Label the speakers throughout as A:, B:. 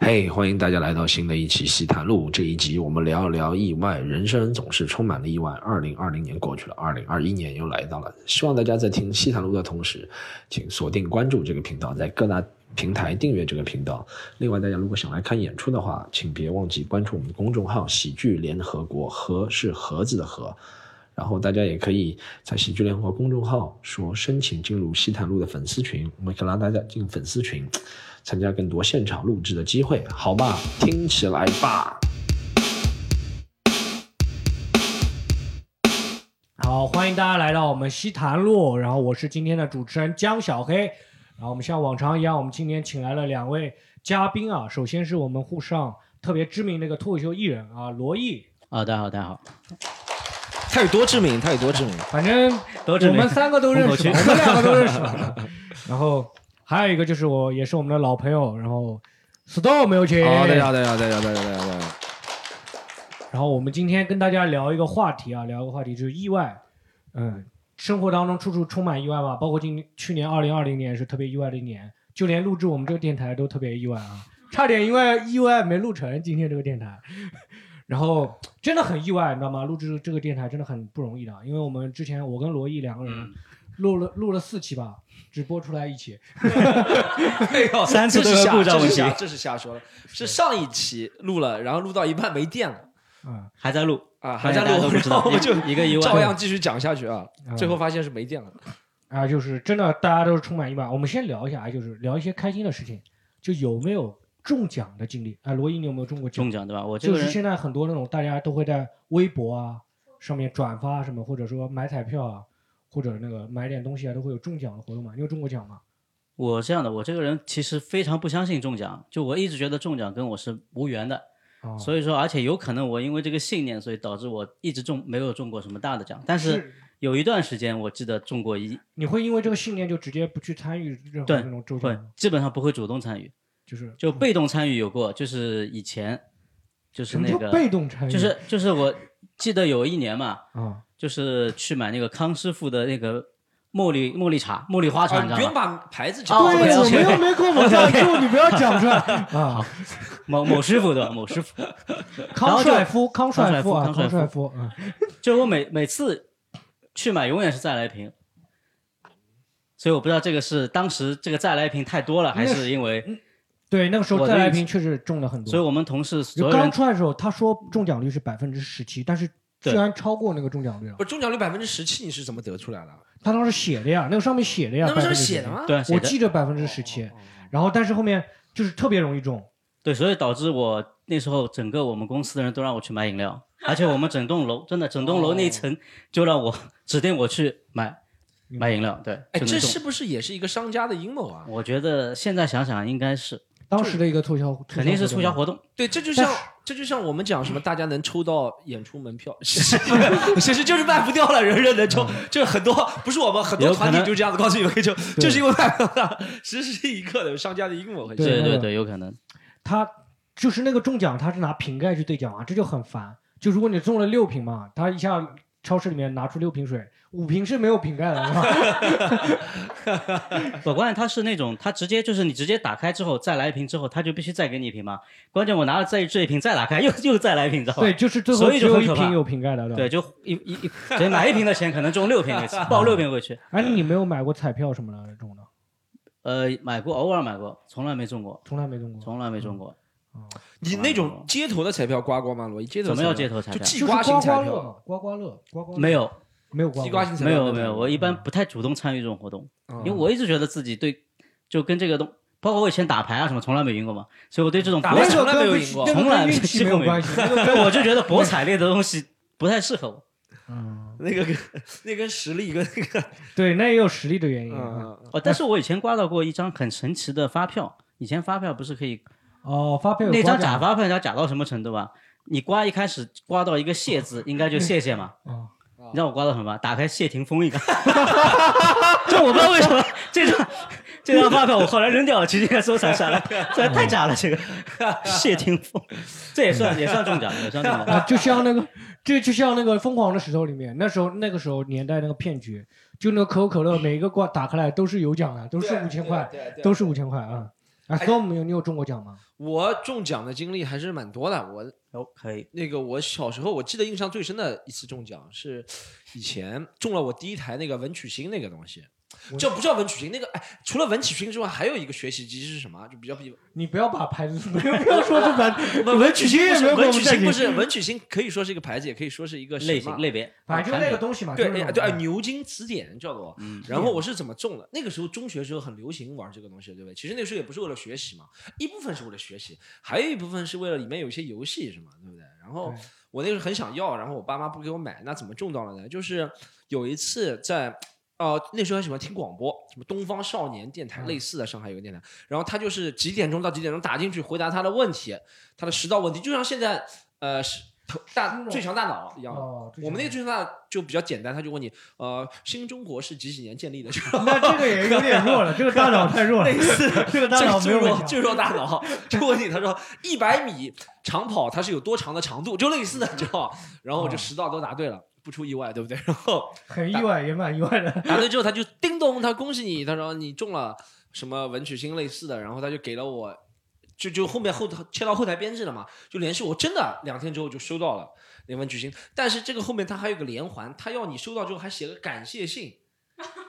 A: 嘿欢迎大家来到新的一期《西谈录》。这一集我们聊一聊意外，人生总是充满了意外。二零二零年过去了，二零二一年又来到了。希望大家在听《西谈录》的同时，请锁定关注这个频道，在各大平台订阅这个频道。另外，大家如果想来看演出的话，请别忘记关注我们的公众号“喜剧联合国”，和是盒子的和。然后大家也可以在喜剧联合国公众号说申请进入西坦路的粉丝群，我们可以让大家进粉丝群，参加更多现场录制的机会，好吧？听起来吧。
B: 好，欢迎大家来到我们西谈路，然后我是今天的主持人江小黑，然后我们像往常一样，我们今天请来了两位嘉宾啊，首先是我们沪上特别知名的一个脱口秀艺人啊，罗毅，
C: 啊、大家好，大家好，
A: 他有多致命？他有多致命？
B: 反正
C: 都知
B: 我
C: 名
B: 们三个都认识，
C: 红
B: 我们两个都认识。然后还有一个就是我，也是我们的老朋友，然后 Storm 有请。
C: 哦
A: 好，大
C: 啊
A: 家好，大家好，大家好，大家好，大家好。
B: 然后我们今天跟大家聊一个话题啊，聊一个话题就是意外。嗯，生活当中处处充满意外嘛，包括今去年二零二零年是特别意外的一年，就连录制我们这个电台都特别意外啊，差点因为意外没录成今天这个电台。 然后真的很意外，你知道吗？录制这个电台真的很不容易的，因为我们之前我跟罗毅两个人录了录了四期吧，只播出来一期，
D: 哎呦，
C: 三次
D: 这
C: 都
D: 是
C: 有
D: 瞎
C: 故障
D: 这
C: 问
D: 是
C: 题
D: 瞎，这是瞎说了。是上一期录了，然后录到一半没电了
B: 嗯，
C: 还在录，
D: 啊，还在
C: 不
D: 录，
C: 知
D: 然
C: 道，
D: 后 我们就
C: 一个一个意
D: 照
C: 外，
D: 样继续讲下去啊。
B: 嗯
D: 最后发现是没电了，
B: 啊，就是真的，大家都是充满意外。我们先聊一下啊，就是聊一些开心的事情，就有没有中奖的经历？哎，罗伊，你有没有中过奖
C: 中？奖对吧？我这
B: 就
C: 个
B: 是
C: 人
B: 现在很多那种大家都会在微博啊上面转发什么，或者说买彩票啊，或者那个买点东西啊，都会有中奖的活动嘛。你有中过奖吗？
C: 我这样的，我这个人其实非常不相信中奖，就我一直觉得中奖跟我是无缘的，
B: 啊，
C: 所以说，而且有可能我因为这个信念，所以导致我一直中没有中过什么大的奖，但是有一段时间我记得中过一，
B: 你会因为这个信念就直接不去参与任何
C: 对
B: 那种抽奖
C: 会
B: 吗，
C: 基本上不会主动参与，
B: 就是嗯
C: 就被动参与有过，就是以前就是
B: 什么
C: 那
B: 叫
C: 个
B: 被动参与？
C: 就是就是我记得有一年嘛，
B: 啊，
C: 就是去买那个康师傅的那个茉莉茉莉茶、茉莉花茶，
D: 啊，
C: 你知
D: 你不
C: 道
D: 用
C: 吗？
D: 把牌子
C: 哦
D: 讲出
B: 对，
D: 来。
B: 我们
C: OK，OK
B: 又没空往下 说，你不要讲出来啊。
C: 某某师傅对吧？某师傅，然
B: 康
C: 后就
B: 帅夫，康
C: 康
B: 帅
C: 帅
B: 夫
C: 夫
B: 啊，
C: 康
B: 康
C: 帅
B: 帅夫，嗯，
C: 就我每每次去买，永远是再来一瓶。所以我不知道这个是当时这个再来一瓶太多了，还是因为，
B: 对，那个时候
C: 我的
B: 再来
C: 意思
B: 瓶确实中了很多。
C: 所以我们同事
B: 就
C: 所有
B: 刚
C: 人
B: 出来的时候，他说中奖率是百分之十七，但是居
C: 对
B: 然超过那个中奖率了
D: 不。是中奖率百分之十七，你是怎么得出来的？
B: 他当时写的呀，那个上面写的呀，
D: 那不是
B: 17%
D: 写的？吗？哦
C: 对写
B: 我
C: 的
B: 记着百分之十七，然后但是后面就是特别容易中。
C: 对，所以导致我那时候整个我们公司的人都让我去买饮 料，而且我们整栋楼真的整栋楼
B: 哦
C: 那一层就让我 指定我去买买饮料，对，
D: 哎，
C: 就
D: 这
C: 能
D: 是
C: 中。
D: 不是也是一个商家的阴谋啊？
C: 我觉得现在想想应该是
B: 当时的一个促销，
C: 肯定是促销
B: 活动。
C: 活动，
D: 对，这就像
B: 但是
D: 这就像我们讲什么，大家能抽到演出门 票，其实其实就是卖不掉了，人人能抽，就是很多不是我们很多
C: 有可
D: 团体
C: 能
D: 就这样子告诉你们可以抽，
B: 对
D: 就是因为卖不掉了，其实是一个的商家的阴谋，
B: 对
C: 对
B: 那
C: 对
B: 个
C: 对，有可能。
B: 他就是那个中奖，他是拿瓶盖去兑奖啊，这就很烦。就如果你中了六瓶嘛，他一下超市里面拿出六瓶水，五瓶是没有瓶盖的是吧，
C: 我关键它是那种，它直接就是你直接打开之后再来一瓶之后，它就必须再给你一瓶嘛。关键我拿了再这一瓶再打开又 又再来一瓶，你知道吧？
B: 对，就是最后
C: 所以
B: 只
C: 就
B: 有
C: 很
B: 一
C: 可怕
B: 瓶有瓶盖的，对吧？
C: 对，就一一一，对买一瓶的钱可能中六瓶每次， 报六瓶回去。
B: 哎，你没有买过彩票什么的那种的，
C: 呃，买过，偶尔买过，从来没中过，
B: 从来没中过。嗯哦
C: 从来没中过。
D: 你那种街头的彩票刮刮吗？罗伊，街头
C: 怎么
D: 彩
C: 要
D: 票
C: 街头彩
D: 就
C: 票？
D: 寄
B: 就是
D: 刮型
B: 刮
D: 彩
B: 刮乐
D: 票，
B: 嘛，刮刮乐，刮刮乐
C: 没有，
B: 没有刮
D: 寄刮
B: 刮乐
D: 型彩
C: 没
D: 票
C: 有，没有。我一
D: 嗯
C: 般不太主动参与这种活动，
D: 哦
C: 因为我一直觉得自己对，就跟这个东，包括我以前打牌啊什么，从来没赢过嘛，所以我对这种
D: 打
C: 博
D: 牌
B: 那
C: 彩，
B: 个
D: 从来没
B: 跟
D: 有
B: 不那个
D: 赢过
C: 从来
B: 跟运
C: 没
B: 气
C: 有
B: 没有
C: 过
B: 关系。那个
C: 对我就觉得博彩类的东西不太适合我。
B: 嗯，
D: 那个跟那跟实力跟那个
B: 对，那也有实力的原因。嗯
D: 嗯，
C: 哦，但是我以前刮到过一张很神奇的发票，以前发票不是可以
B: 哦，
D: 哎
B: 发票有
C: 那
B: 刮
C: 张假
B: 奖
C: 发票，你知道假到什么程度吧？你刮一开始刮到一个谢字，应该就谢谢嘛。
D: 嗯
B: 啊，
C: 你知道我刮到什么吧？打开谢霆锋一 个，就我不知道为什么这张这张发票我后来扔掉了，直接收藏下来，这太假
D: 嗯
C: 了。这个谢霆锋，嗯这也算也算 中奖，也算中
B: 啊，
C: 奖。
B: 就像那个，这就像那个《疯狂的石头》里面，那时候那个时候年代那个骗局，就那个可口可乐每一个罐打开来都是有奖的，都是五千块，
D: 对，对对
B: 都是五千块啊。啊，Storm 有你有中过奖吗？
D: 我中奖的经历还是蛮多的。我
C: 哦，可以，
D: 那个我小时候，我记得印象最深的一次中奖是以前中了我第一台那个文曲星那个东西，这不叫文曲星，那个哎，除了文曲星之外，还有一个学习机是什么？啊就比较比
B: 你不要把牌子， 不要不要说这牌，
D: 文文曲星
B: 也
D: 不
B: 没
D: 是
B: 有给我
D: 文
B: 们
D: 曲
B: 带
D: 星
B: 进
D: 不是文曲星，可以说是一个牌子，也可以说是一个
C: 类
D: 什
C: 型
D: 么
C: 类别，啊
B: 反正就
C: 产
B: 那
C: 品
B: 个东西嘛，
D: 对
B: 就是那种嗯
D: 哎对哎，牛津词典叫做。
C: 嗯，
D: 然后我是怎么中的？那个时候中学时候很流行玩这个东西，对不对？其实那时候也不是为了学习嘛，一部分是为了学习，还有一部分是为了里面有一些游戏什么，对不对？然后
B: 对
D: 我那时候很想要，然后我爸妈不给我买，那怎么中到了呢？就是有一次在。哦、那时候很喜欢听广播，什么东方少年电台
B: 嗯
D: 类似的，上海有个电台。然后他就是几点钟到几点钟打进去回答他的问题，他的十道问题，就像现在呃是头大最强大脑一样的。
B: 哦，这
D: 我们那个
B: 种
D: 最大就比较简单，他就问你，呃，新中国是几几年建立的？就是
B: 那这个也有点弱了，这个大脑太 弱了，这个大脑没
D: 最
B: 有问
D: 弱
B: 题啊
D: 最弱大脑就问你，他说一百米长跑它是有多长的长度，就类似的，你知道吧？然后我就
B: 哦
D: 十道都答对了，不出意外，对不对？然后
B: 很意外，也蛮意外 的。
D: 答对之后，他就叮咚，他恭喜你，他说你中了什么文曲星类似的，然后他就给了我，就就后面后切到后台编制了嘛，就联系我，真的两天之后就收到了那文曲星，但是这个后面他还有个连环，他要你收到之后还写个感谢信。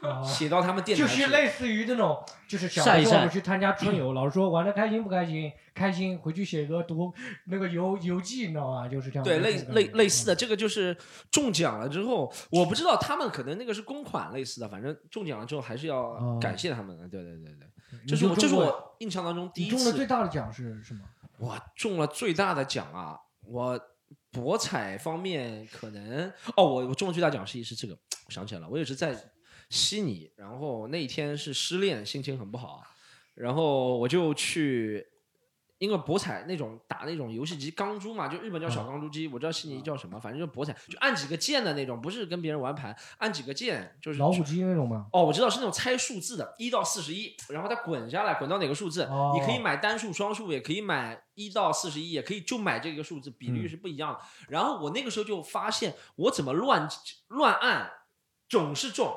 B: 哦
D: 写到他们电台
B: 就
D: 去，
B: 是类似于那种，就是小
C: 晒
B: 的
C: 一
B: 时候我
C: 晒
B: 们去参加春游，老师说玩的开心不开心？开心，回去写个读那个游游记，你知道吗？就是这样。
D: 对
B: 就是
D: 类
B: 这种
D: 类
B: 感觉
D: 类似的，。这个就是中奖了之后，我不知道他们可能那个是公款类似的，反正中奖了之后还是要
B: 哦
D: 感谢他们的。对对对对，
B: 嗯
D: 这是我
B: 你
D: 这
B: 中
D: 是
B: 过
D: 我印象当中第
B: 你
D: 一
B: 中的最
D: 次
B: 大的奖是什么？
D: 我中了最大的奖啊！我博彩方面可能哦，我我中了最大奖是是这个，我想起来了，我也是在悉尼，然后那一天是失恋，心情很不好，然后我就去。因为博彩那种打那种游戏机钢珠嘛，就日本叫小钢珠机，我知道悉尼叫什么，反正就博彩，就按几个键的那种，不是跟别人玩盘，按几个键就是
B: 老虎机那种 吗？
D: 哦，我知道是那种猜数字的，一到四十一，然后它滚下来，滚到哪个数字，
B: 哦
D: 你可以买单数、双数，也可以买一到四十一，也可以就买这个数字，比率是不一样的。然后我那个时候就发现，我怎么乱乱按，总是中，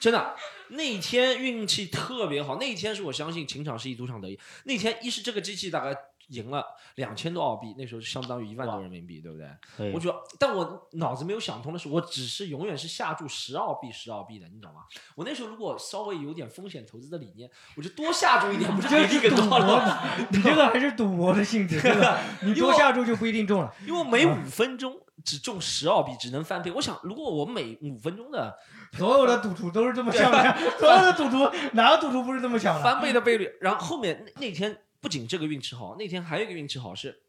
D: 真的。那一天运气特别好，那一天是我相信情场是一赌场得意。那天一是这个机器大概赢了两千多澳币，那时候是相当于一万多人民币，对不对？
C: 可以
D: 我，觉得，但我脑子没有想通的是，我只是永远是下注十澳币、十澳币的，你懂吗？我那时候如果稍微有点风险投资的理念，我就多下注一点，不是
B: 这
D: 比例
B: 是
D: 更
B: 赌博
D: 高了，
B: 的，你这个还是赌博的 性质。这个你多下注就不一定中了。嗯
D: 因为我每五分钟只中十澳币，只能翻倍。我想，如果我每五分钟的
B: 所有的赌徒都是这么想的，所有的赌徒哪个赌徒不是这 么想的？
D: 翻倍的倍率，然后后面那那天不仅这个运气好，那天还有一个运气好是，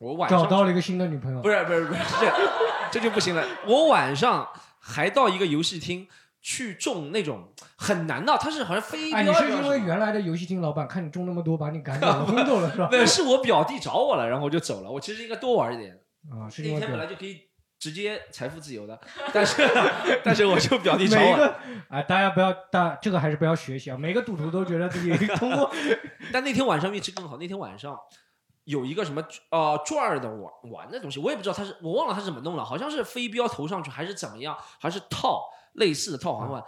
D: 我晚上
B: 找到了一个新的女朋友
D: 不。是不是不是，这这就不行了。我晚上还到一个游戏厅去中那种很难的，它是好像飞镖
B: 哎，
D: 一样
B: 你
D: 什
B: 是
D: 么的。
B: 因为原来的游戏厅老板看你中那么多，把你赶走了，轰走了是吧？
D: 没有，是我表弟找我了，然后我就走了。我其实应该多玩一点，
B: 啊，是
D: 那
B: 因
D: 天
B: 为这
D: 本
B: 样
D: 来就可以直接财富自由的，但是 但是我就表弟找
B: 每一
D: 我了。
B: 个哎，大家不要大，这个还是不要学习啊！每个赌徒都觉得自己 通过
D: 但那天晚上运气更好，那天晚上有一个什么呃转儿的玩玩的东西，我也不知道它是我忘了它是怎么弄了，好像是飞镖投上去还是怎么样，还是套类似的套
B: 嗯
D: 环环。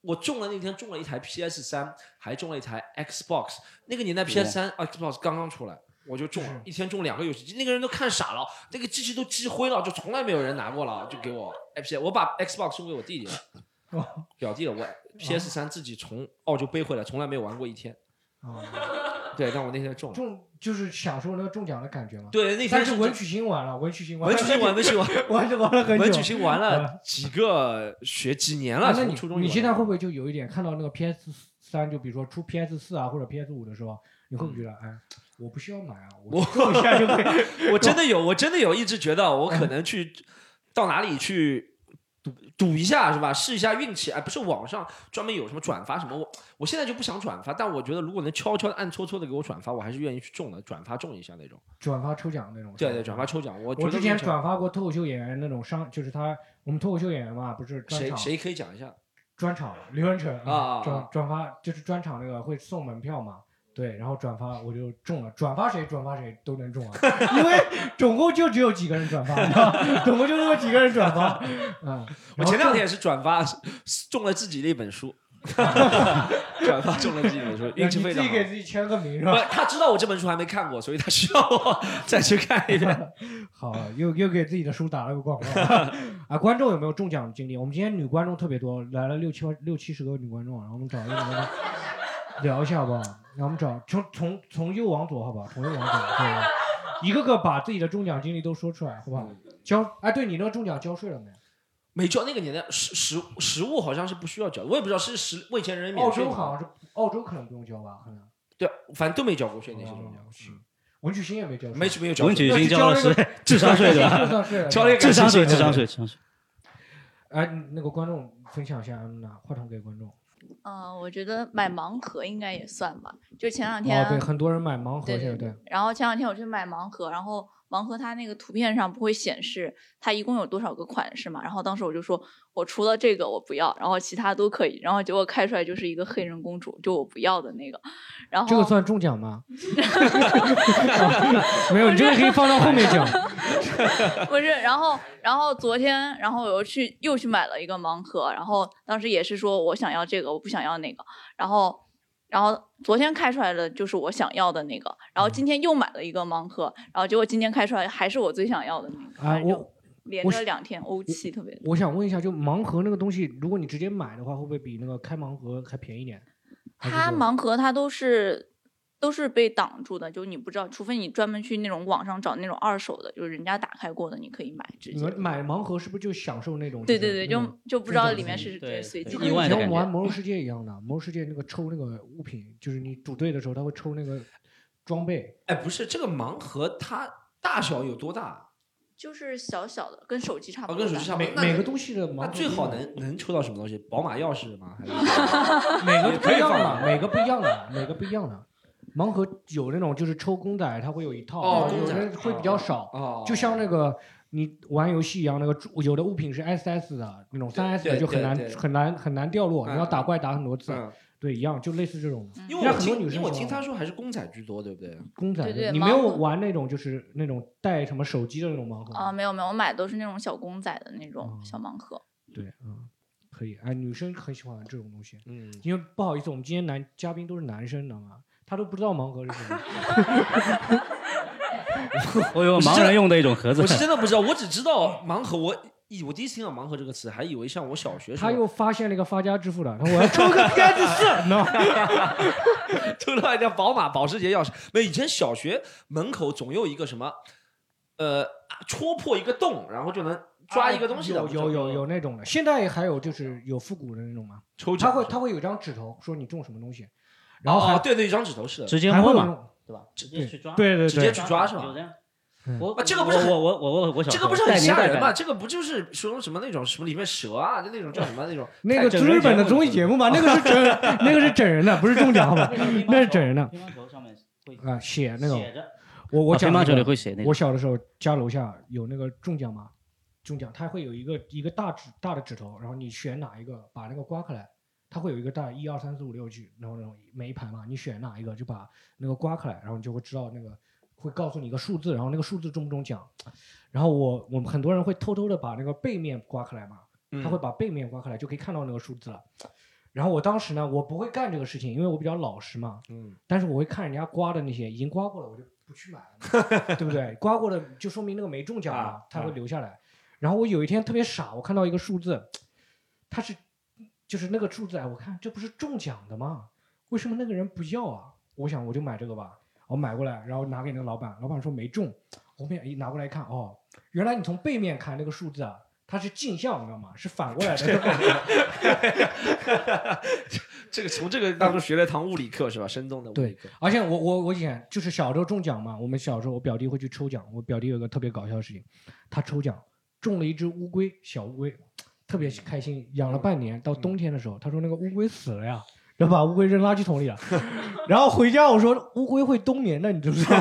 D: 我中了那天中了一台 PS 三，还中了一台 Xbox。那个年代 PS 三、Xbox 刚刚出来，我就中了
B: 是，
D: 一天中两个游戏机，那个人都看傻了，那个机器都积灰了，就从来没有人拿过了，就给我 PS。我把 Xbox 送给我弟弟了
B: 哇，
D: 表弟了。
B: 哦
D: 我 PS 三自己从澳洲背回来，从来没有玩过一天。
B: 啊
D: 对，但我那天中了。
B: 中，就是享受那个中奖的感觉嘛。
D: 对，那天
B: 但是
D: 中
B: 文曲星玩了，文曲星玩
D: 文
B: 了，
D: 曲星玩文曲 玩
B: 玩玩了很久。嗯
D: 文曲星玩了几个学几年
B: 啊
D: 了，
B: 那
D: 从
B: 你
D: 初中以
B: 你
D: 后
B: 现在会不会就有一点看到那个 PS 三，就比如说出 PS 四啊或者 PS 五的时候，你会不会觉得哎，我不需要买啊，我中一下就可以
D: 嗯
B: 嗯
D: 我真的有，我真的有一直觉得我可能去到哪里去赌赌一下是吧？试一下运气，哎，不是网上专门有什么转发什么，我我现在就不想转发，但我觉得如果能悄悄的暗搓搓的给我转发，我还是愿意去中的，转发中一下那种。
B: 转发抽奖那种。
D: 对对，转发。抽奖，我觉
B: 哦我
D: 得
B: 之前
D: 运气好
B: 转发过脱口秀演员那种商，就是他我们脱口秀演员嘛，不是专
D: 谁
B: 场
D: 谁可以讲一下？
B: 专场刘文成
D: 啊啊啊
B: 转转发就是专场那个会送门票嘛，对，然后转发我就中了，转发谁转发谁都能中啊，因为总共就只有几个人转发，你知道吗总 共就那么几个人转发，嗯，
D: 我前两天也是转发中了自己的一本书，转发中了自己的书，运气非常
B: 你自己给
D: 好。
B: 自己签个名是
D: 不
B: 吧？，
D: 他知道我这本书还没看过，所以他需要 我再去看一遍。
B: 好，又又给自己的书打了个广告啊！观众有没有中奖经历？我们今天女观众特别多，来了六七六七十个女观众，啊然后我们找一个女观众聊一下好不好？然后我们找从从从右往左好不好？从右往左，对，一个个把自己的中奖经历都说出来好不好？交哎，对你那个中奖交税了没？
D: 没交那个年代食食食物好像是不需要交，我也不知道是十未成人免
B: 澳
D: 税
B: 洲
D: 吗
B: 好像是澳洲可能不用交吧？可能
D: 对，反正都没交过税那些东
B: 哦
D: 西，啊
B: 行文曲星也没交税，
D: 没没有交
C: 文
D: 过。
C: 曲星交了是 智商税对 吧？
B: 智商税了，
D: 交了一个
C: 智商税，智商税，智商税。
B: 哎，那个观众分享一下，嗯呐，话筒给观众。
E: 嗯，我觉得买盲盒应该也算吧。就前两天，
B: 哦，对，很多人买盲盒
E: 对
B: 现在对，
E: 然后前两天我去买盲盒，然后盲盒它那个图片上不会显示它一共有多少个款式嘛？然后当时我就说，我除了这个我不要，然后其他都可以。然后结果开出来就是一个黑人公主，就我不要的那个。然后
B: 这个算中奖吗？ 没有，你这个可以放到后面讲。
E: 不是，然后然后昨天，然后我又去又去买了一个盲盒，然后当时也是说我想要这个，我不想要那个，然后然后昨天开出来的就是我想要的那个，然后今天又买了一个盲盒，然后结果今天开出来还是我最想要的那个，
B: 啊，
E: 反正
B: 我
E: 连
B: 我
E: 着
B: 是
E: 两天欧气特别多，
B: 我想问一下，就盲盒那个东西，如果你直接买的话，会不会比那个开盲盒还便宜一点？还是
E: 它
B: 说
E: 盲盒它都是。都是被挡住的，就你不知道，除非你专门去那种网上找那种二手的，就是人家打开过的，你可以买直
B: 你
E: 接
B: 们。买盲盒是不是就享受那种？
E: 对
B: 就
E: 对
B: 是
E: 对，
B: 那
E: 就
B: 种
E: 就不知
B: 那
E: 道
B: 种
E: 里面是
C: 对
E: 随
C: 对
E: 机
B: 就
C: 意
E: 的
B: 跟
C: 外
B: 以
C: 的
B: 前我
C: 感
B: 们玩
C: 觉
B: 魔兽世界一样的，魔兽世界那个抽那个物品，就是你组队的时候，他会抽那个装备。
D: 哎，不是这个盲盒，它大小有多大？
E: 就是小小的，跟手机差不
D: 哦，
E: 多大。
D: 跟手机差不
B: 每
D: 多。那
B: 每 个东西的盲
D: 那
B: 盒
D: 最
B: 不一
D: 好
B: 样
D: 能能抽到什么东西？宝马钥匙吗？还 是
B: 每个
D: 也
B: 不
D: 可
B: 一
D: 以
B: 样
D: 放
B: 的，
D: 嘛
B: 每个不一样的，每个不一样的。盲盒有那种就是抽公仔，它会有一套，
D: 哦
B: 有
D: 公仔
B: 的会比较少，
D: 哦，
B: 就像那个你玩游戏一样，那个注有的物品是 SS 的那种，三 S 的
D: 对
B: 就很
D: 对
B: 难
D: 对
B: 很难很难掉落，
D: 嗯
B: 你要打怪打很多次，
D: 嗯，
B: 对，一样就类似这种
E: 嗯
D: 因为
B: 那
D: 我
B: 很多
D: 听
B: 女
D: 因
B: 生
D: 为我
B: 说
D: 听他说还是公仔居多，对不对？
B: 公仔。
E: 对对
B: 你
E: 盲
B: 没有
E: 盒
B: 玩那种就是那种带什么手机的那种盲盒吗
E: 啊，没有没有，我买的都是那种小公仔的那种
B: 哦
E: 小盲盒。
B: 对，嗯，可以，哎，女生很喜欢玩这种东西，
D: 嗯，
B: 因为不好意思，我们今天男嘉宾都是男生，你知道吗？他都不知道盲盒是什么。
C: 我有盲人用的一种盒子
D: 我，是真的不知道，我只知道盲盒。我以我第一次听到盲盒这个词，还以为像我小学时
B: 他
D: 候
B: 又发现了一个发家致富的，他说我要抽个杆子 是 no，
D: 抽到一辆宝马、保时捷钥匙。没有，以前小学门口总有一个什么，呃，戳破一个洞，然后就能抓一个东西的。
B: 啊有有有有那种的。现在还有就是有复古的那种嘛，
D: 抽
B: 他
D: 奖
B: 会
D: 是吧
B: 他会有张纸头说你中什么东西，然后还、
D: 哦，对对，一张纸头是的。
C: 直接
B: 还会
C: 摸嘛
B: 有那，种
C: 对吧？直接去抓，
B: 对对
D: 直
B: 对
D: 接，去抓是吧
C: 有这样
B: 嗯
C: 我
D: 啊这个不是很
C: 我我我我我小时
D: 这
C: 候
D: 个不是很
C: 带年
D: 吓
C: 代
D: 人
C: 感
D: 吗？这个不就是说什么那种什么里面蛇啊，就那种叫什么那种
B: 那个
D: 太整人
B: 日本的
D: 节目
B: 综艺节目 嘛，那个是整 那个是整人的， 不是中奖好 吧？
C: 那
B: 那是整人的
C: 乒乓球上面会
B: 啊，写那种
C: 写着，
B: 我我
C: 啊乒
B: 讲、
C: 乓
B: 那
C: 球里
B: 个，
C: 会写那
B: 我
C: 种。
B: 小的时候家楼下有那个中奖嘛，中奖它会有一个一个大纸大的纸头，然后你选哪一个，把那个刮开来，它会有一个大一二三四五六句，然后那种每一排嘛，你选哪一个就把那个刮开来，然后你就会知道那个会告诉你一个数字，然后那个数字中不中奖。然后我我们很多人会偷偷的把那个背面刮开来嘛，他会把背面刮开来就可以看到那个数字了。然后我当时呢，我不会干这个事情，因为我比较老实嘛。
D: 嗯，
B: 但是我会看人家刮的那些已经刮过了，我就不去买了，对不对？刮过的就说明那个没中奖嘛
D: 啊，
B: 他会
D: 啊
B: 留下来。然后我有一天特别傻，我看到一个数字，它是就是那个数字哎，我看这不是中奖的吗？为什么那个人不要啊？我想我就买这个吧，我买过来，然后拿给那个老板，老板说没中。后面一拿过来一看，哦，原来你从背面看那个数字啊，它是镜像，你知道吗？是反过来的。
D: 这个从这个当中学了一堂物理课是吧？生动的物理课。
B: 而且我我我以前就是小时候中奖嘛，我们小时候我表弟会去抽奖，我表弟有个特别搞笑的事情，他抽奖中了一只乌龟，小乌龟，特
D: 嗯
B: 别开心，养了半年，到冬天的时候，他说那个乌龟死了 呀。然后把乌龟扔垃圾桶里了，然后回家我说乌龟会冬眠的，你知不知道？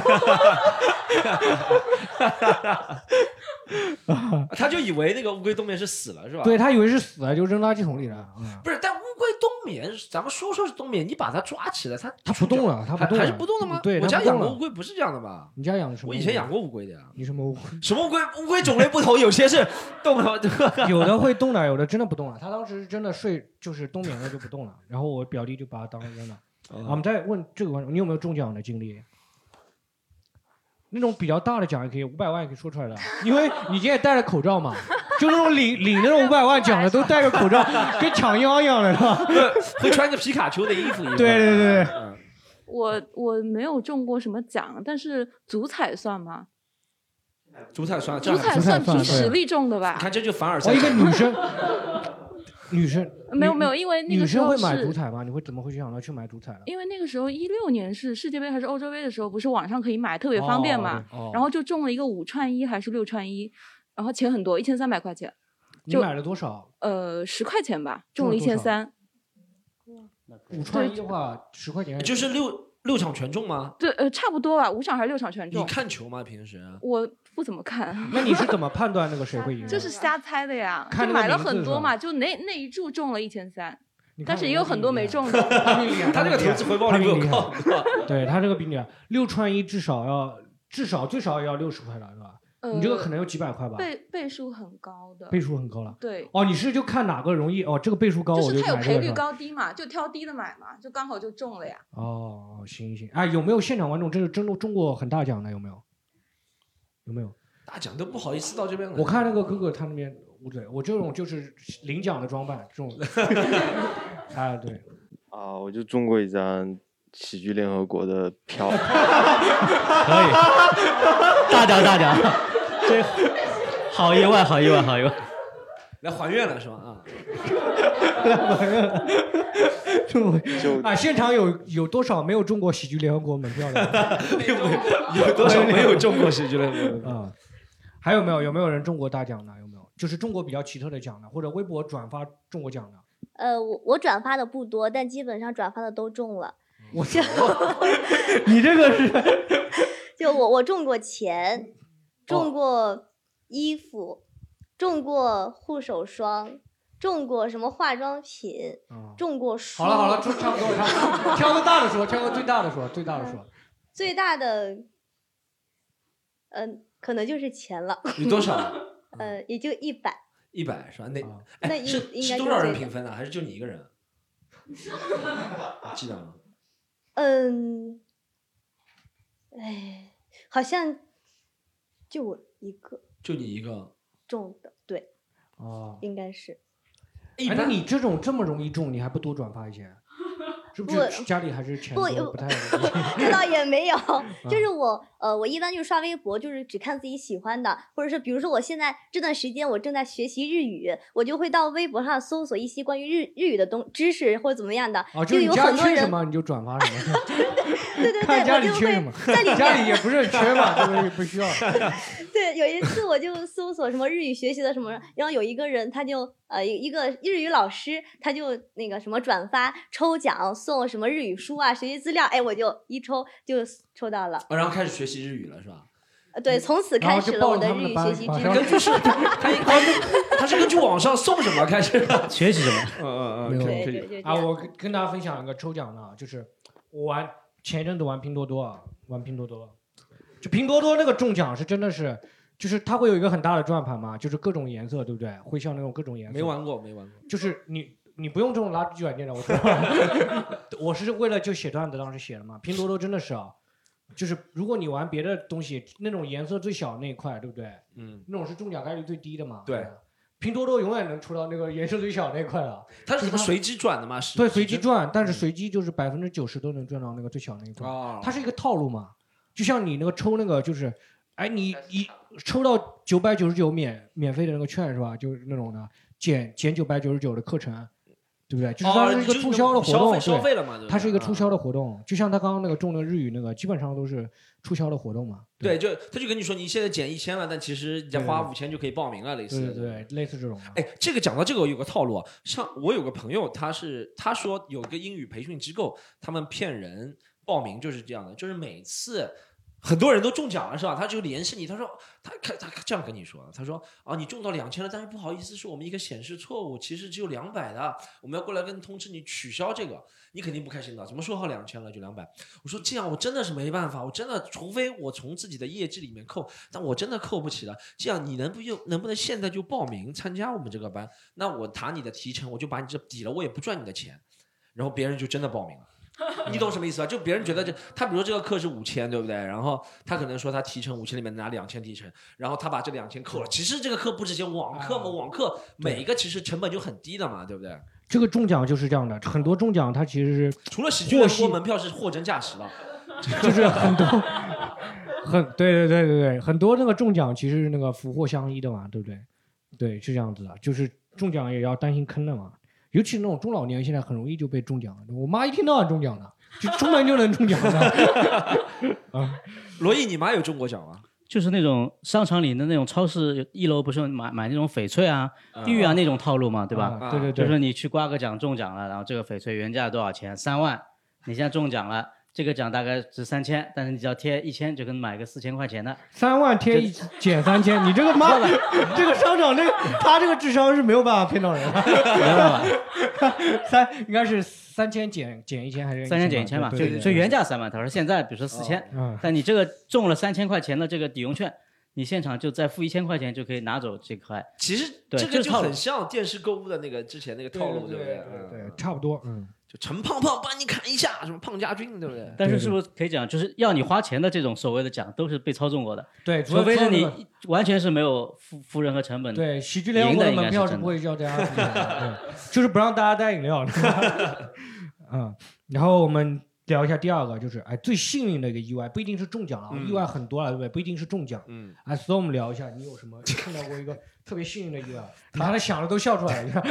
D: 啊他就以为那个乌龟冬眠是死了是吧？
B: 对他以为是死了，就扔垃圾桶里了。嗯
D: 不是，但乌龟冬缅，咱们说说是冬眠，你把它抓起来，它
B: 它不动了，它
D: 还
B: 不动了，
D: 还是不动的吗？
B: 对，它
D: 我家
B: 不动
D: 养过
B: 了
D: 乌龟不是这样的吧？
B: 你家养的什么？啊
D: 我以前养，过乌龟的呀。
B: 你什么乌龟？
D: 什么乌龟？乌龟种类不同，有些是动 了。
B: 有的会动的，有的真的不动了。它当时真的睡，就是冬眠了就不动了。然后我表弟就把它当扔了。啊我们再问这个问题，你有没有中奖的经历？那种比较大的奖也可以，五百万也可以说出来的，因为你今天也戴着口罩嘛，就那种领领那种五百万奖的都戴着口罩，跟抢央一样的是吧？
D: 会穿着皮卡丘的衣服一样。
B: 对对对对
D: 嗯
F: 我我没有中过什么奖，但是足彩算吗？
D: 足彩
B: 啊
D: 算了，这
F: 足
D: 样还
F: 彩
D: 不错
B: 算对
F: 凭实力中的吧
D: 你？看这就凡尔赛
B: 哦，一。个女生，女生
F: 没有没有，，因为那
B: 女
F: 个时
B: 生
F: 候
B: 会买足
F: 是。
B: 彩吗？你会怎么会去想到去买足彩呢？
F: 因为那个时候一六年是世界杯还是欧洲杯的时候，不是网上可以买，特别方便嘛。
B: 哦
F: 然后就中了一个五串一还是六串一，然后钱很多，一千三百块钱，
B: 你买了多少？
F: 呃，十块钱吧，中了一
B: 中了
F: 千
B: 多少
F: 三。
B: 五串一的话，十块钱
D: 就是六六场全中吗？
F: 对，呃，差不多吧，五场还是六场全
D: 你
F: 中。
D: 看球吗？平时？
F: 我不怎么看，
B: 那你是怎么判断那个谁会赢的？
F: 就是瞎猜的呀，
B: 看
F: 就
B: 那个
F: 买了
B: 名字
F: 很
B: 是
F: 多
B: 吧
F: 嘛，就那那一注中了一千三，
B: 你看
F: 但是
B: 我
F: 也有很多没中
B: 厉
F: 的。
B: 害。厉害
D: 他这个投资回报率我有靠谱。
B: 对他这个比你六串一至少要至少最少也要六十块了，是吧？
F: 呃，
B: 你这个可能有几百块吧，
F: 倍倍数很高的，
B: 倍数很高了。
F: 对，
B: 哦，你是就看哪个容易哦，这个倍数高
F: 就
B: 我
F: 是它有
B: 买
F: 赔
B: 这个
F: 率
B: 是吧？
F: 高低嘛，就挑低的买嘛，就刚好就中了呀。
B: 哦，行行，哎，有没有现场观众这是真的中过很大奖的？有没有？有没有？
D: 大奖都不好意思到这边来。
B: 我看那个哥哥他那边无对，我这种就是领奖的装扮，这种 啊，对，
G: 啊，我就中过一张喜剧联合国的 票，
C: 可以，大奖 大奖，这好意外，好意外，好意外。
D: 来还愿了是吧？ 啊，
B: 这种
G: 就
B: 啊，现场有有多少没有中过喜剧联合国门票的？
D: 有多少没有中过喜剧联合国？
B: 啊，还有没有有没有人中过大奖的？有没有就是中国比较奇特的奖的，或者微博转发中过奖的？
H: 呃，我我转发的不多，但基本上转发的都中了。
B: 我操，你这个是
H: 就我我中过钱，
B: 哦
H: 中过衣服，中过护手霜，中过什么化妆品，
B: 啊，
H: 中过书。
B: 好了好了，就差不多了，差不多了挑个大的说，挑个最大的说，最大的说，
H: 最大的，嗯、可能就是钱了，
D: 你多少？
H: 呃，也就一百。
D: 一百是吧？那
B: 啊
H: 那
D: 哎
H: 应
D: 是
H: 应
D: 是
H: 该
D: 多
H: 就
D: 少
H: 这
D: 人
H: 个
D: 评分的？啊还是就你一个人？记得吗？
H: 嗯，哎，好像就我一个
D: 就你一个。
H: 中的，对，
B: 哦，
H: 应该是。
D: 一
B: 哎，那
D: 般
B: 你这种这么容易中，你还不多转发一些？是不
H: 我
B: 是家里还是钱
H: 不
B: 多不太 容易？嗯
H: 这倒也没有，就是我呃，我一般就是刷微博，就是只看自己喜欢的，或者是比如说我现在这段时间我正在学习日语，我就会到微博上搜索一些关于日日语的东知识或者怎么样的，就
B: 啊，就是你
H: 有
B: 家
H: 很多
B: 缺什
H: 人
B: 么你就转发什么，
H: 对对对，
B: 看家
H: 我
B: 里
H: 就
B: 缺什
H: 会
B: 么，家里也不 是很缺嘛，对不对？不需要。
H: 对，有一次我就搜索什么日语学习的什么，然后有一个人他就呃一个日语老师，他就那个什么转发抽奖送什么日语书啊、学习资料，哎，我就一抽就抽到了，
D: 哦然后开始学习日语了是吧？
H: 呃对，从此
B: 嗯然后
H: 开
B: 就
H: 始了
B: 报
H: 我
B: 了
H: 的
B: 他们
H: 日
B: 的
H: 语
B: 班
H: 学习
B: 把
H: 之
B: 他
H: 路
B: 们。
D: 根据是，他他他是根据网上送什么开始？
C: 学习什么？
D: 嗯嗯
B: 没有
H: 对对对，
B: 啊，我跟跟大家分享一个抽奖的啊，就是我玩前一阵子玩拼多多啊，玩拼多多，就拼多多那个中奖是真的是，就是它会有一个很大的转盘嘛，就是各种颜色，对不对？会像那种各种颜色。
D: 没，玩过，没玩过。
B: 就是你你不用这种垃圾软件的，我知道我是为了就写段子当时写的嘛。拼多多真的是啊，就是如果你玩别的东西，那种颜色最小那一块，对不对？
D: 嗯，
B: 那种是中奖概率最低的嘛。
D: 对
B: 吧。拼多多永远能出到那个颜色最小那一块了。
D: 他是怎么随机转的吗？是
B: 对，随机赚，但是
D: 嗯
B: 随机就是百分之九十都能赚到那个最小那一块。
D: 啊，
B: 它是一个套路嘛，就像你那个抽那个就是，哎，你一抽到九百九十九免免费的那个券是吧？就是那种的减减九百九十九的课程，对不对？就是它
D: 哦
B: 是一个
D: 就
B: 促销的活动，
D: 消费消
B: 对，
D: 费了嘛？对吧嗯
B: 它是一个促销的活动，就像他刚刚那个中的日语那个，基本上都是促销的活动嘛。
D: 对，就他就跟你说你现在减一千了，但其实你再花五千就可以报名了，类似
B: 对
D: 的。
B: 对对，类似这种的。
D: 哎，这个讲到这个，我有个套路啊。上我有个朋友，他是他说有个英语培训机构，他们骗人报名就是这样的，就是每次很多人都中奖了是吧？他就联系你，他说他他他这样跟你说，他说啊你中到两千了，但是不好意思，是我们一个显示错误，其实只有两百的，我们要过来跟通知你取消这个，你肯定不开心的，怎么说好两千了就两百？我说这样我真的是没办法，我真的除非我从自己的业绩里面扣，但我真的扣不起了。这样你能不用能不能现在就报名参加我们这个班？那我打你的提成，我就把你这抵了，我也不赚你的钱。然后别人就真的报名了。 你懂什么意思吧？就别人觉得这他，比如说这个课是五千，对不对？然后他可能说他提成五千里面拿两千提成，然后他把这两千扣了。其实这个课不值钱，网课嘛，网课每一个其实成本就很低的嘛，对不对？
B: 这个中奖就是这样的，很多中奖它其实是
D: 除了喜剧
B: 获
D: 联
B: 悉
D: 播，门票是货真价实了。
B: 就是很多很对对对对对，很多那个中奖其实是那个福祸相依的嘛，对不对？对，是这样子的，就是中奖也要担心坑的嘛，尤其是那种中老年现在很容易就被中奖了。我妈一天到晚中奖的，就出门就能中奖 的。
D: 罗毅，你妈有中过奖吗？
C: 就是那种商场里的那种超市一楼不是买买那种翡翠啊、
D: 嗯
C: 地狱啊那种套路嘛，对吧？
B: 啊对对
C: 就
B: 对，
C: 是你去刮个奖中奖了，然后这个翡翠原价多少钱？三万，你现在中奖了，这个奖大概值三千，但是你只要贴一千，就跟买个四千块钱的。
B: 三万贴一减三千，你这个妈的，这个商场这个他这个智商是没有办法骗到人的。 三应该是三千减减一千还是
C: 三千减一千嘛，
B: 对
C: 就
B: 对对
C: 就原价三万，他说现在比如说四千、
D: 哦
B: 嗯
C: 但你这个中了三千块钱的这个抵用券，你现场就再付一千块钱就可以拿走这块。
D: 其实
C: 对这
D: 这个
C: 是
D: 就
C: 套路
D: 很像电视购物的那个之前那个套路，
B: 对
D: 不
B: 对
D: 对？嗯
B: 对，差不多，嗯，
D: 就陈胖胖帮你砍一下，什么胖家俊，对不对？
C: 但是
B: 对
C: 是不是可以讲，就是要你花钱的这种所谓的奖都是被操纵过的，
B: 对，
C: 除非是
B: 说那
C: 你
B: 个
C: 完全是没有付付任何成本的。
B: 对，喜剧联欢
C: 赢的
B: 会
C: 应
B: 的门
C: 该
B: 票
C: 是
B: 是
C: 真
B: 不会叫 大家付钱的，对就是不让大家带饮料。 嗯，然后我们聊一下第二个，就是哎，最幸运的一个意外，不一定是中奖了，啊
D: 嗯
B: 意外很多了，对不对？不一定是中奖。
D: 嗯，
B: 哎，所以我们聊一下，你有什 么碰到过一个特别幸运的意外？你看他想的都笑出来了，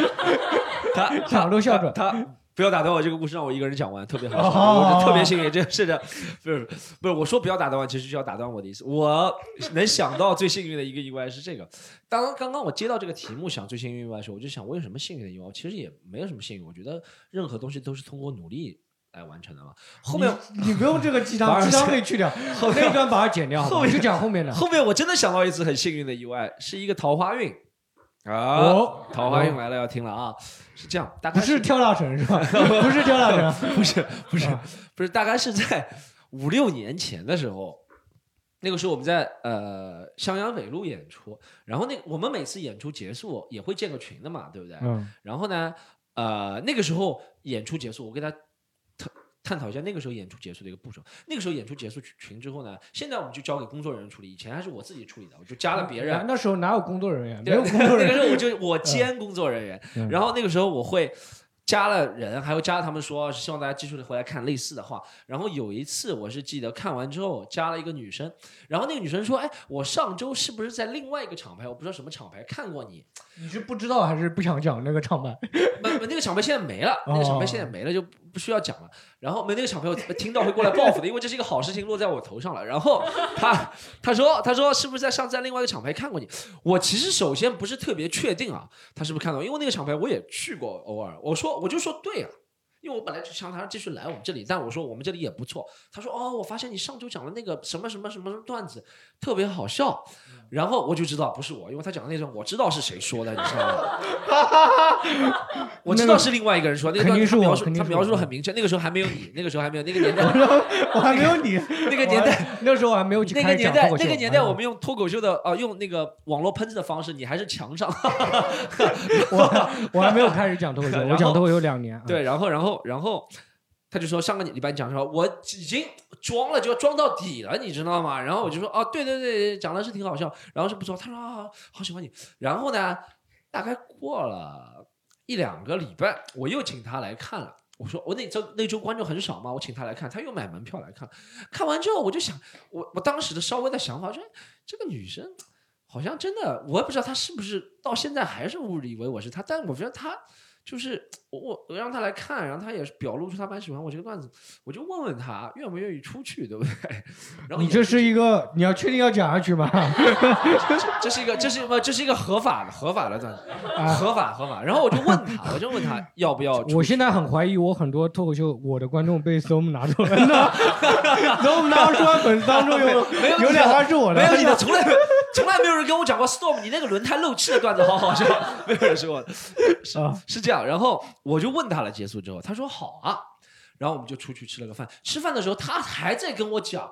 D: 他
B: 想的都笑出来了。
D: 他不要打断我，这个故事让我一个人讲完，特别好
B: 哦
D: 笑，
B: 好好
D: 我
B: 好
D: 特别幸运，这是的，不是不是，我说不要打断我，其实就要打断我的意思。我能想到最幸运的一个意外是这个，当刚刚我接到这个题目想最幸运意外的时候，我就想我有什么幸运的意外？其实也没有什么幸运，我觉得任何东西都是通过努力来完成的嘛。后面
B: 你你不用这个鸡 汤，
D: 把耳
B: 鸡汤可以去掉，
D: 后面
B: 那一段把它剪掉，好吧
D: 后面
B: 就讲后面的。
D: 后面我真的想到一次很幸运的意外，是一个桃花运啊，
B: 哦
D: 桃花运来了，要听了啊，是这样，大概
B: 不是跳大神是 吧？不是跳大神，啊
D: 不是不是不是，大概是在五六年前的时候，那个时候我们在呃襄阳北路演出，然后那个我们每次演出结束也会建个群的嘛，对不对？
B: 嗯，
D: 然后呢，呃，那个时候演出结束，我跟他探探讨一下那个时候演出结束的一个步骤。那个时候演出结束群群之后呢，现在我们就交给工作人员处理，以前还是我自己处理的，我就加了别人
B: 哎那。那时候哪有工作人员？没
D: 对
B: 有工作人
D: 那个时候
B: 员。
D: 我就我兼工作人员，
B: 嗯
D: 然后那个时候我会加了人，还会加了他们说希望大家继续回来看类似的话。然后有一次我是记得看完之后加了一个女生，然后那个女生说：“哎，我上周是不是在另外一个厂牌，我不知道什么厂牌看过你？
B: 你是不知道还是不想讲那个 唱板？
D: 没没那个厂牌现在没了，那个厂牌现在没了就不不需要讲了。然后没那个厂牌我听到会过来报复的，因为这是一个好事情落在我头上了。然后他他说他说是不是在上在另外一个厂牌看过你？我其实首先不是特别确定啊，他是不是看到，因为那个厂牌我也去过偶尔。我说我就说对啊。因为我本来就想他继续来我们这里，但我说我们这里也不错。他说哦，我发现你上周讲的那个什么什么什么段子特别好笑，然后我就知道不是我，因为他讲的那段我知道是谁说的，你知道吗？我知道是另外一个人说，那个
B: 肯
D: 段
B: 定
D: 子
B: 是我
D: 他描述
B: 肯定
D: 他
B: 是
D: 描述
B: 我嗯
D: 得很明确，那个时候还没有你，那个时候还没有 那个年代，
B: 我还没有你
D: 那个年代，
B: 那时候我还没有去
D: 那个
B: 开始
D: 年
B: 讲
D: 代，
B: 脱口秀
D: 那个年代，
B: 嗯
D: 我们用脱口秀的啊、呃用那个网络喷子的方式，你还是墙上。
B: 我我还没有开始讲脱口秀，
D: 然后
B: 我讲脱口秀两年。嗯，
D: 对，然后，然后，然后他就说上个礼拜你讲什么？我已经装了，就装到底了，你知道吗？然后我就说哦，对对对，讲的是挺好笑，然后是不错。他说啊，好喜欢你。然后呢，大概过了一两个礼拜，我又请他来看了。我说我那周那周观众很少嘛，我请他来看，他又买门票来看。看完之后，我就想，我我当时的稍微的想法就是，这个女生好像真的，我也不知道她是不是到现在还是误以为我是她，但我觉得她就是我我我让他来看，然后他也是表露出他蛮喜欢我这个段子，我就问问他愿不愿意出去，对不对？ 然后
B: 你
D: 也
B: 这是一个，你要确定要讲下去吗？
D: 这是一个，这是不，这是一个合法的，合法的段子，合法合法。然后我就问他，我就问他要不要出
B: 啊我现在很怀疑，我很多脱口秀我的观众被 Storm 拿走 了呢。Storm 拿出来粉丝当中有
D: 没有你
B: 有两个是我的，
D: 没有你的，从来没有从来没有人跟我讲过 storm，你那个轮胎漏气的段子好好笑，没有人 说我的，是
B: 啊
D: 是这样。然后我就问他了，结束之后他说好啊，然后我们就出去吃了个饭。吃饭的时候他还在跟我讲。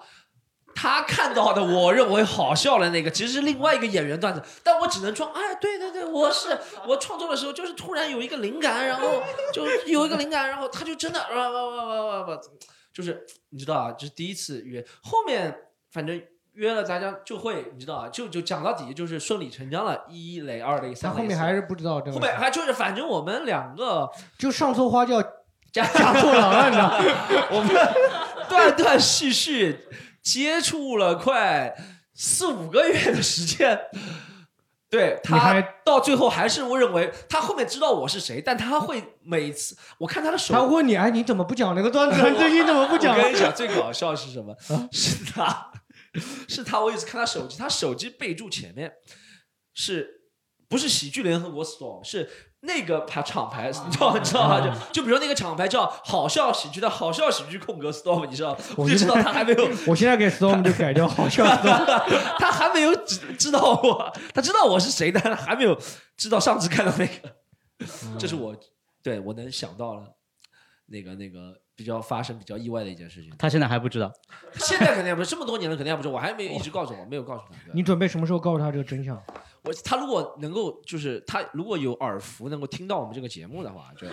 D: 他看到的，我认为好笑的那个，其实是另外一个演员段子，但我只能装，哎，对对对，我是我创作的时候，就是突然有一个灵感，然后就有一个灵感，然后他就真的，哇哇哇哇哇哇，就是你知道啊，就是第一次约，后面反正约了，大家就会你知道啊，就就讲到底就是顺理成章了，一垒、二垒、
B: 他
D: 三垒。
B: 后面还是不知道这
D: 四
B: 个
D: 垒后面还就是反正我们两个
B: 就上错花轿
D: 加
B: 嫁错郎了，你知道吗？
D: 我们断断续续接触了快四五个月的时间。对
B: 你
D: 他
B: 还
D: 到最后还是我认为他后面知道我是谁，但他会每次我 看他的手，
B: 他问你，哎，你怎么不讲那个段子？ 你最近怎么不讲
D: 我？跟你讲，最 搞笑是什么？是他，是他。我一直看他手机，他手机备注前面是不是喜剧联合国 storm？是那个牌厂牌，你知道你知道吗？就就比如说那个厂牌叫好笑喜剧的好笑喜剧空格 storm，你知道，我就知道他还没有，
B: 我现在给 Storm 就改叫好笑 Storm。
D: 他还没有知知道我，他知道我是谁，但他还没有知道上次看到那个。
B: 嗯
D: 这是我对我能想到了那个那个比较发生比较意外的一件事情。
C: 他现在还不知道，
D: 现在肯定也不是，这么多年了，肯定也不是。我还没有一直告诉我，没有告诉他。对
B: 你准备什么时候告诉他这个真相？
D: 我他如果能够，就是他如果有耳福，能够听到我们这个节目的话，就